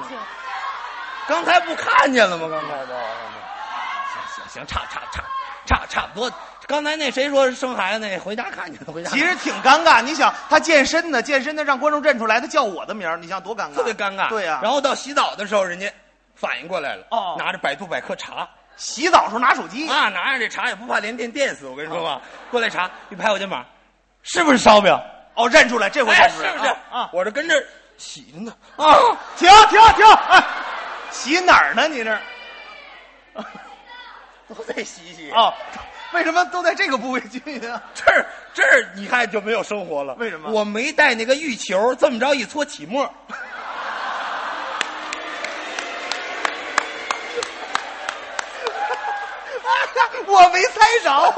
[SPEAKER 6] 刚才不看见了吗？刚才都。行行行，差差差差差不多。刚才那谁说生孩子那回家看见了，回家看
[SPEAKER 4] 其实挺尴尬，你想他健身呢，健身呢让观众认出来，他叫我的名儿，你想多尴尬？
[SPEAKER 6] 特别尴尬。
[SPEAKER 4] 对呀、
[SPEAKER 6] 然后到洗澡的时候，人家反应过来了，
[SPEAKER 4] 哦
[SPEAKER 6] 拿着百度百科查。
[SPEAKER 4] 洗澡时候拿手机，
[SPEAKER 6] 啊，拿着这茶也不怕连电电死，我跟你说吧，过来茶一拍我肩膀，是不是烧饼？
[SPEAKER 4] 哦，认出来，这回
[SPEAKER 6] 哎，
[SPEAKER 4] 认
[SPEAKER 6] 是
[SPEAKER 4] 出来
[SPEAKER 6] 不是？
[SPEAKER 4] 啊？啊
[SPEAKER 6] 我这跟这儿洗着呢啊，
[SPEAKER 4] 停停停！哎，洗哪儿呢？你这儿
[SPEAKER 6] 都在洗洗。
[SPEAKER 4] 哦，为什么都在这个部位均匀啊？
[SPEAKER 6] 这儿这儿你看就没有生活了，
[SPEAKER 4] 为什么
[SPEAKER 6] 我没带那个浴球，这么着一搓起沫。
[SPEAKER 4] 我没猜着，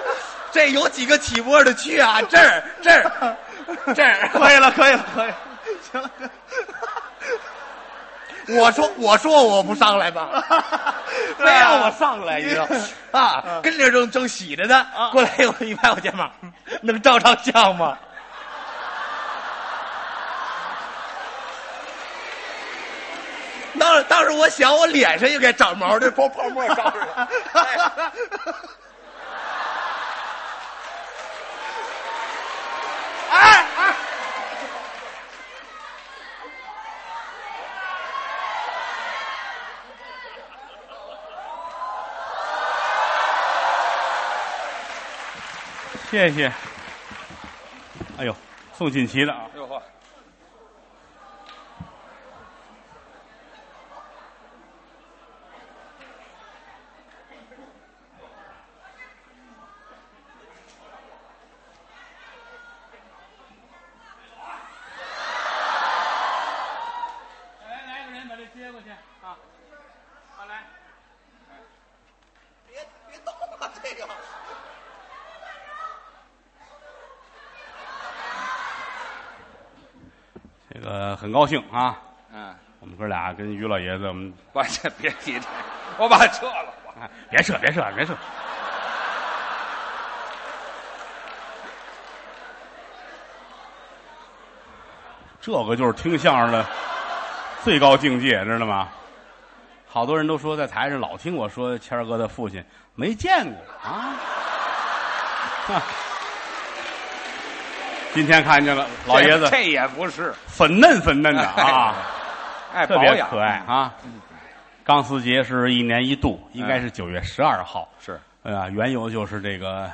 [SPEAKER 6] 这有几个起沫的区啊？这儿这 儿这儿，
[SPEAKER 4] 可以了，可以了，可以了，行了。可以
[SPEAKER 6] 我说我说我不上来吧，非
[SPEAKER 4] 对啊
[SPEAKER 6] 让我上来，你知道啊？跟这儿正正洗着呢，过来我一拍我肩膀，能照张相吗？当时当时我想，我脸上应该长毛， 这泡泡沫照上了。
[SPEAKER 3] 谢谢。哎呦，送锦旗的啊！
[SPEAKER 2] 哟呵，
[SPEAKER 3] 来来个人把这接过去啊！好来，别别动啊！这个，这个很高兴啊！
[SPEAKER 2] 嗯，
[SPEAKER 3] 我们哥俩跟于老爷子，我们
[SPEAKER 2] 我这别提这，我把撤了，我
[SPEAKER 3] 哎别扯，别扯，别扯。这个就是听相声的最高境界，知道吗？好多人都说在台上老听我说谦儿哥的父亲，没见过啊。啊今天看见了，老爷子
[SPEAKER 2] 这这也不是，
[SPEAKER 3] 粉嫩粉嫩的 啊。
[SPEAKER 2] 哎，
[SPEAKER 3] 特
[SPEAKER 2] 保
[SPEAKER 3] 别
[SPEAKER 2] 养
[SPEAKER 3] 可爱，啊！钢丝节是一年一度，应该是九月十二号。
[SPEAKER 2] 哎是
[SPEAKER 3] 呃，缘由就是这个，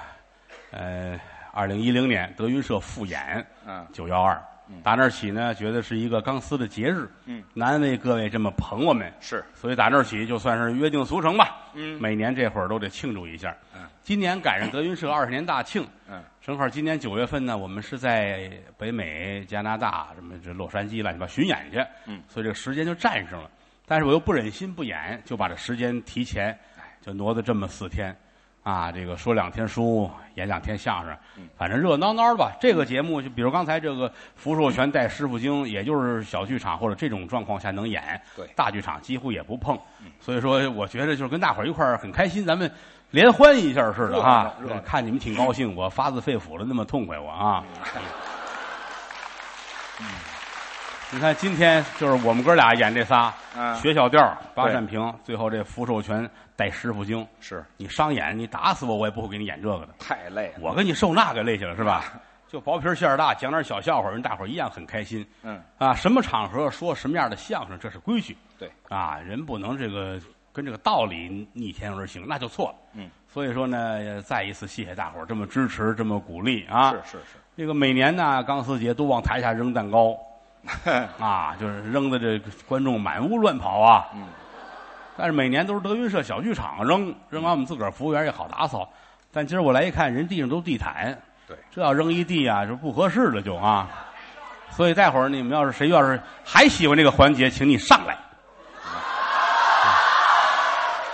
[SPEAKER 3] 呃，二零一零年德云社复演，
[SPEAKER 2] 嗯
[SPEAKER 3] 九幺二，打那儿起呢，觉得是一个钢丝的节日，
[SPEAKER 2] 嗯，
[SPEAKER 3] 难为各位这么捧我们，
[SPEAKER 2] 是
[SPEAKER 3] 所以打那儿起就算是约定俗成吧，
[SPEAKER 2] 嗯
[SPEAKER 3] 每年这会儿都得庆祝一下，
[SPEAKER 2] 嗯，
[SPEAKER 3] 今年赶上德云社二十年大庆，
[SPEAKER 2] 嗯，
[SPEAKER 3] 正好今年九月份呢，我们是在北美、加拿大什么这洛杉矶乱七八巡演去，
[SPEAKER 2] 嗯，
[SPEAKER 3] 所以这个时间就占上了。但是我又不忍心不演，就把这时间提前，就挪到这么四天，啊，这个说两天书，演两天相声，
[SPEAKER 2] 嗯
[SPEAKER 3] 反正热热闹闹的吧。这个节目就比如刚才这个福寿全带师傅经，也就是小剧场或者这种状况下能演，
[SPEAKER 2] 对嗯
[SPEAKER 3] 大剧场几乎也不碰。所以说，我觉得就是跟大伙儿一块儿很开心，咱们联欢一下似的啊
[SPEAKER 2] 热闹热闹。
[SPEAKER 3] 看你们挺高兴，我发自肺腑的那么痛快我啊。
[SPEAKER 2] 嗯
[SPEAKER 3] 嗯你看，今天就是我们哥俩演这仨，
[SPEAKER 2] 嗯
[SPEAKER 3] 学小调儿八扇屏，最后这福寿全带师傅经。
[SPEAKER 2] 是
[SPEAKER 3] 你商演，你打死我，我也不会给你演这个的。
[SPEAKER 2] 太累了，
[SPEAKER 3] 我跟你受那个累去了是吧？就薄皮馅儿大，讲点小笑话，人大伙儿一样很开心。
[SPEAKER 2] 嗯
[SPEAKER 3] 啊，什么场合说什么样的相声，这是规矩
[SPEAKER 2] 对，
[SPEAKER 3] 啊，人不能这个跟这个道理逆天而行，那就错了。
[SPEAKER 2] 嗯，
[SPEAKER 3] 所以说呢，也再一次谢谢大伙儿这么支持，这么鼓励啊。
[SPEAKER 2] 是是是，
[SPEAKER 3] 这个每年呢，钢丝节都往台下扔蛋糕啊，就是扔的这观众满屋乱跑啊。
[SPEAKER 2] 嗯，
[SPEAKER 3] 但是每年都是德云社小剧场扔，扔完我们自个儿服务员也好打扫。但今儿我来一看，人地上都地毯，
[SPEAKER 2] 对
[SPEAKER 3] 这要扔一地啊，这不合适了就啊。所以待会儿你们要是谁要是还喜欢这个环节，请你上来，
[SPEAKER 2] 嗯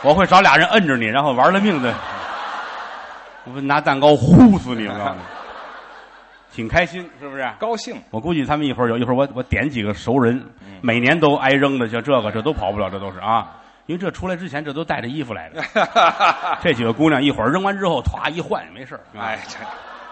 [SPEAKER 3] 我会找俩人摁着你，然后玩了命的，我拿蛋糕呼死你！我告诉你，挺开心，是不是？
[SPEAKER 2] 高兴，
[SPEAKER 3] 我估计他们一会儿有一会儿我我点几个熟人，
[SPEAKER 2] 嗯
[SPEAKER 3] 每年都挨扔的，像这个这都跑不了，这都是啊。因为这出来之前，这都带着衣 服来的。这几个姑娘一会儿扔完之后，唰一换没事儿
[SPEAKER 2] 哎，，这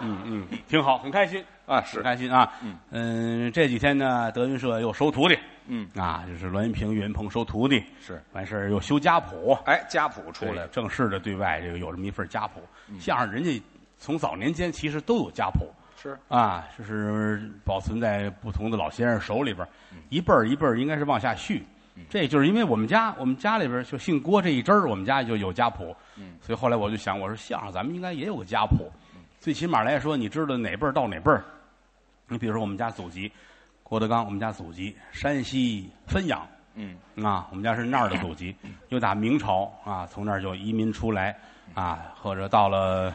[SPEAKER 3] 嗯嗯，挺好，很开心，
[SPEAKER 2] 啊
[SPEAKER 3] 很
[SPEAKER 2] 是，
[SPEAKER 3] 开心啊。
[SPEAKER 2] 嗯
[SPEAKER 3] 嗯，这几天呢，德云社又收徒弟
[SPEAKER 2] 嗯
[SPEAKER 3] 啊，就是栾云平、岳云鹏收徒弟，
[SPEAKER 2] 是，
[SPEAKER 3] 完事儿又修家谱
[SPEAKER 2] 哎，家谱出来
[SPEAKER 3] 对
[SPEAKER 2] 了，
[SPEAKER 3] 正式的对外这个有这么一份家谱。相声人家从早年间其实都有家谱，
[SPEAKER 2] 是
[SPEAKER 3] 啊，就是保存在不同的老先生手里边儿，一辈儿一辈儿应该是往下续。这就是因为我们家，我们家里边儿就姓郭这一支儿，我们家就有家谱。所以后来我就想，我说相声咱们应该也有个家谱，最起码来说，你知道哪辈儿到哪辈儿。你比如说我们家祖籍，郭德纲，我们家祖籍山西汾阳，
[SPEAKER 2] 嗯
[SPEAKER 3] 啊，我们家是那儿的祖籍，又打明朝啊，从那儿就移民出来啊，或者到了，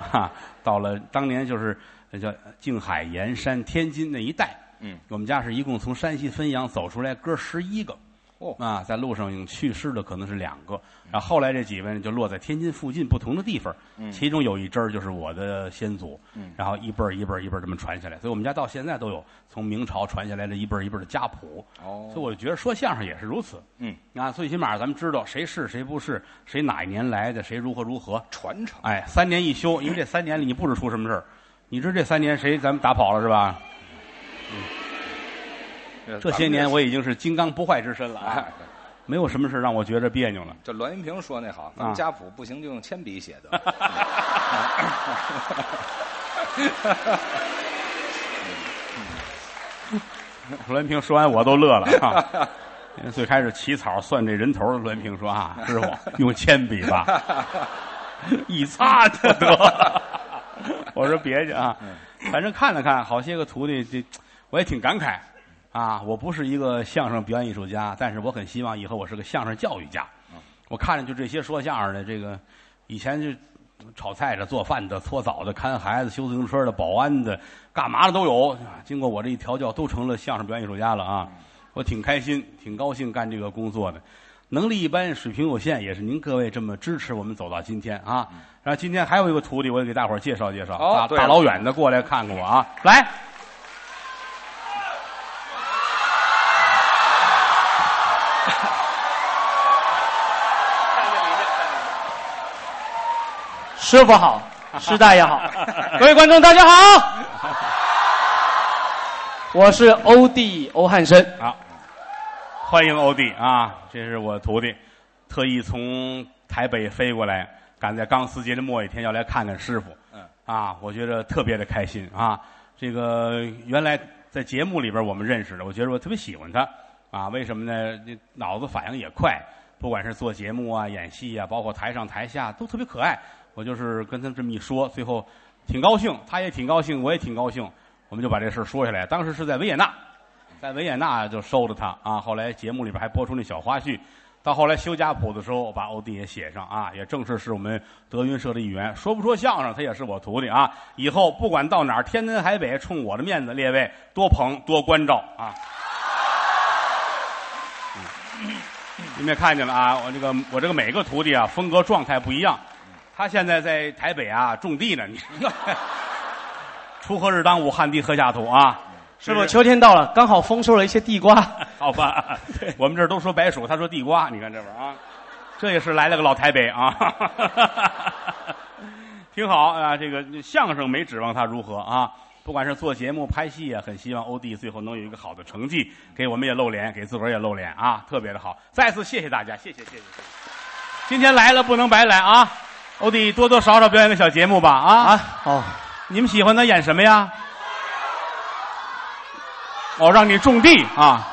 [SPEAKER 3] 哈、到了当年就是呃叫静海、盐山、天津那一带。
[SPEAKER 2] 嗯，
[SPEAKER 3] 我们家是一共从山西汾阳走出来哥十一个，
[SPEAKER 2] 哦
[SPEAKER 3] 啊，在路上去世的可能是两个，然后后来这几位就落在天津附近不同的地方，
[SPEAKER 2] 嗯
[SPEAKER 3] 其中有一支儿就是我的先祖，
[SPEAKER 2] 嗯
[SPEAKER 3] 然后一辈儿一辈儿一辈儿这么传下来，所以我们家到现在都有从明朝传下来的一辈儿一辈儿的家谱，
[SPEAKER 2] 哦
[SPEAKER 3] 所以我觉得说相声也是如此。
[SPEAKER 2] 嗯，
[SPEAKER 3] 啊，最起码咱们知道谁是谁不是，谁哪一年来的，谁如何如何。
[SPEAKER 2] 传承，
[SPEAKER 3] 哎，三年一休，因为这三年里你不知出什么事儿。你知这三年谁咱们打跑了是吧？这些年我已经是金刚不坏之身了啊
[SPEAKER 2] 哎，，
[SPEAKER 3] 没有什么事让我觉着别扭了。
[SPEAKER 2] 这栾云平说那好，咱
[SPEAKER 3] 啊
[SPEAKER 2] 们家谱不行就用铅笔 写的。
[SPEAKER 3] 栾平说完我都乐了啊。因为最开始起草算这人头，栾平说啊，师傅用铅笔吧，一擦就得。 我说别去啊，反正看了看，好些个徒弟，这我也挺感慨啊。我不是一个相声表演艺术家，但是我很希望以后我是个相声教育家。
[SPEAKER 2] 嗯
[SPEAKER 3] 我看着就这些说相声的，这个以前就炒菜的、做饭的、搓澡的、看孩子、修自行车的、保安的，干嘛的都有。啊经过我这一调教，都成了相声表演艺术家了啊！
[SPEAKER 2] 嗯
[SPEAKER 3] 我挺开心，挺高兴干这个工作的。能力一般，水平有限，也是您各位这么支持我们走到今天啊。然后今天还有一个徒弟，我也给大伙儿介绍介绍，
[SPEAKER 2] 嗯哦
[SPEAKER 3] 大
[SPEAKER 2] 对
[SPEAKER 3] 大老远的过来看看我啊，来。
[SPEAKER 5] 师傅好，师大爷好，各位观众大家好，我是欧弟欧汉生，
[SPEAKER 3] 啊，欢迎欧弟啊，这是我徒弟，特意从台北飞过来，赶在钢丝节的末一天要来看看师傅。
[SPEAKER 2] 嗯，
[SPEAKER 3] 啊，我觉得特别的开心啊。这个原来在节目里边我们认识的，我觉得我特别喜欢他啊。为什么呢？这脑子反应也快，不管是做节目啊、演戏啊，包括台上台下都特别可爱。我就是跟他这么一说，最后挺高兴，他也挺高兴，我也挺高兴，我们就把这事儿说下来。当时是在维也纳。在维也纳就收了他啊。后来节目里边还播出那小花絮，到后来修家谱的时候，我把欧弟也写上啊，也正式是我们德云社的一员。说不说相声，他也是我徒弟啊。以后不管到哪儿，天南海北，冲我的面子，列位多捧多关照啊。嗯你们也看见了啊，我这个我这个每个徒弟啊，风格状态不一样。他现在在台北啊种地呢，你 锄禾日当午，汗滴禾下土啊。
[SPEAKER 5] 师傅秋天到了，刚好丰收了一些地瓜，
[SPEAKER 3] 好吧，我们这儿都说白薯，他说地瓜，你看这玩意儿啊，这也是来了个老台北啊， 挺好啊。这个相声没指望他如何啊，不管是做节目、拍戏啊，很希望欧弟最后能有一个好的成绩，给我们也露脸，给自个儿也露脸啊，特别的好。再次谢谢大家，谢谢谢谢谢谢。今天来了不能白来啊，欧弟多多少少表演个小节目吧啊
[SPEAKER 5] 啊，哦，
[SPEAKER 3] 你们喜欢他演什么呀？啊哦，让你种地啊，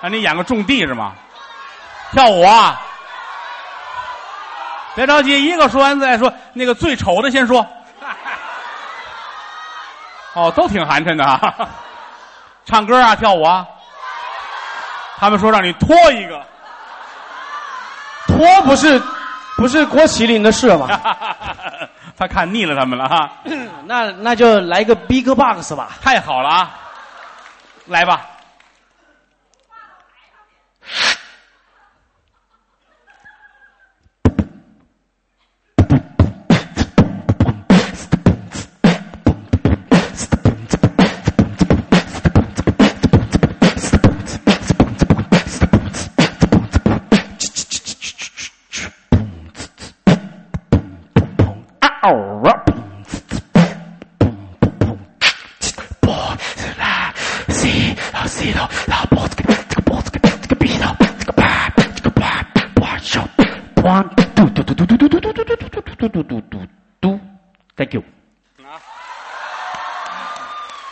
[SPEAKER 3] 让你演个种地是吗？跳舞啊！别着急，一个说完再说。那个最丑的先说。哦，都挺寒碜的啊！唱歌啊，跳舞啊。他们说让你脱一个，
[SPEAKER 7] 脱不是不是国旗领的事吗？嗯
[SPEAKER 3] 他看腻了他们了哈、
[SPEAKER 7] 那那就来个 Big Box 吧。
[SPEAKER 3] 太好了啊！来吧，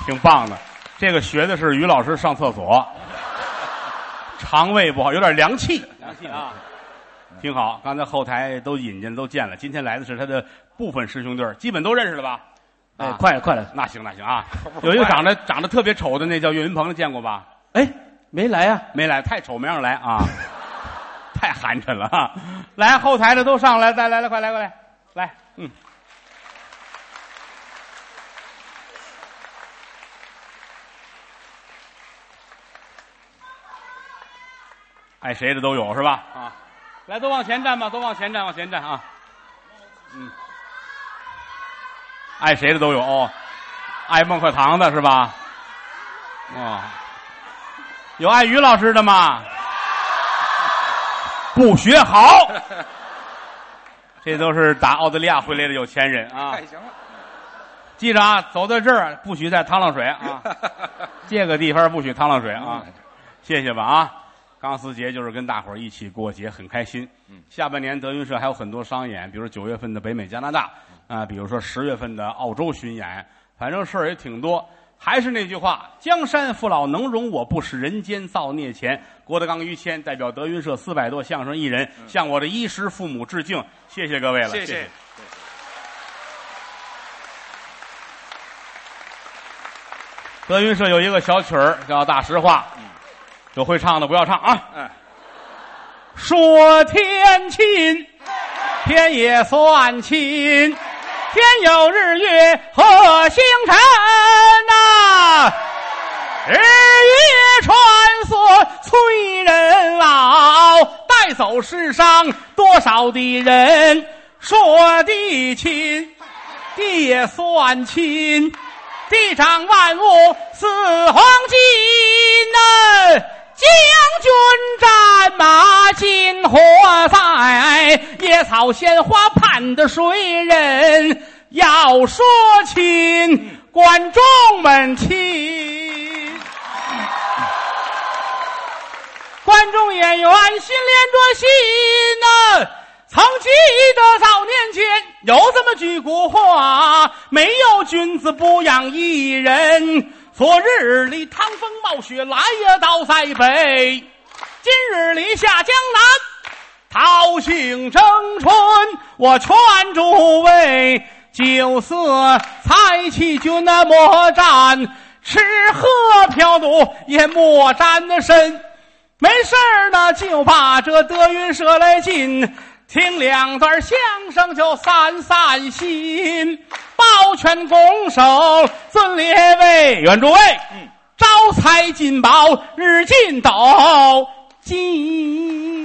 [SPEAKER 3] 挺棒的。这个学的是于老师上厕所，肠胃不好，有点凉气，凉气啊，挺好。刚才后台都引进都见了，今天来的是他的部分师兄弟儿，基本都认识了吧？
[SPEAKER 7] 哎
[SPEAKER 3] 啊，
[SPEAKER 7] 快了快了！
[SPEAKER 3] 那行那 行啊，有一个长得长得特别丑的，那叫岳云鹏，见过吧？
[SPEAKER 7] 哎，没来啊？
[SPEAKER 3] 没来，太丑没让来啊， 太寒碜了啊！来，后台的都上来，再来来，快来快来，来，嗯，爱谁的都有是吧？啊，来，都往前站吧，都往前站，往前站啊，嗯，爱谁的都有，哦、爱孟鹤堂的是吧？哦。有爱于老师的吗？不学好，这都是打澳大利亚回来的有钱人啊！
[SPEAKER 2] 哎，行了，
[SPEAKER 3] 记着啊，走到这儿不许再趟浪水啊！这个地方不许趟浪水啊！谢谢吧啊！钢丝节就是跟大伙儿一起过节，很开心。下半年德云社还有很多商演，比如九月份的北美、加拿大啊、比如说十月份的澳洲巡演，反正事儿也挺多。还是那句话，江山父老能容我，不使人间造孽钱。郭德纲、于谦代表德云社四百多相声艺人，向我的衣食父母致敬，谢谢各位了，
[SPEAKER 2] 谢
[SPEAKER 3] 谢
[SPEAKER 2] 谢。
[SPEAKER 3] 德云社有一个小曲儿叫《大实话》，有会唱的不要唱啊。
[SPEAKER 2] 嗯，
[SPEAKER 3] 说天亲，天也算亲，天有日月和星辰呐、日月穿梭催人老，带走世上多少的人。说地亲，地也算亲，地长万物似黄金呐、将军战马金火在，野草鲜花盼的谁人？要说亲，观众们亲。观众演员心连着心呐、曾记得早年间有这么句古话：没有君子不养艺人。昨日里趟风冒雪来呀到塞北，今日里下江南，桃杏争春。我劝诸位，酒色财气君那莫沾，吃喝嫖赌也莫沾那身。没事儿呢，就把这德云社来进，听两段相声就散散心。抱拳拱手，尊列位，愿诸位，嗯招财进宝，日进斗金。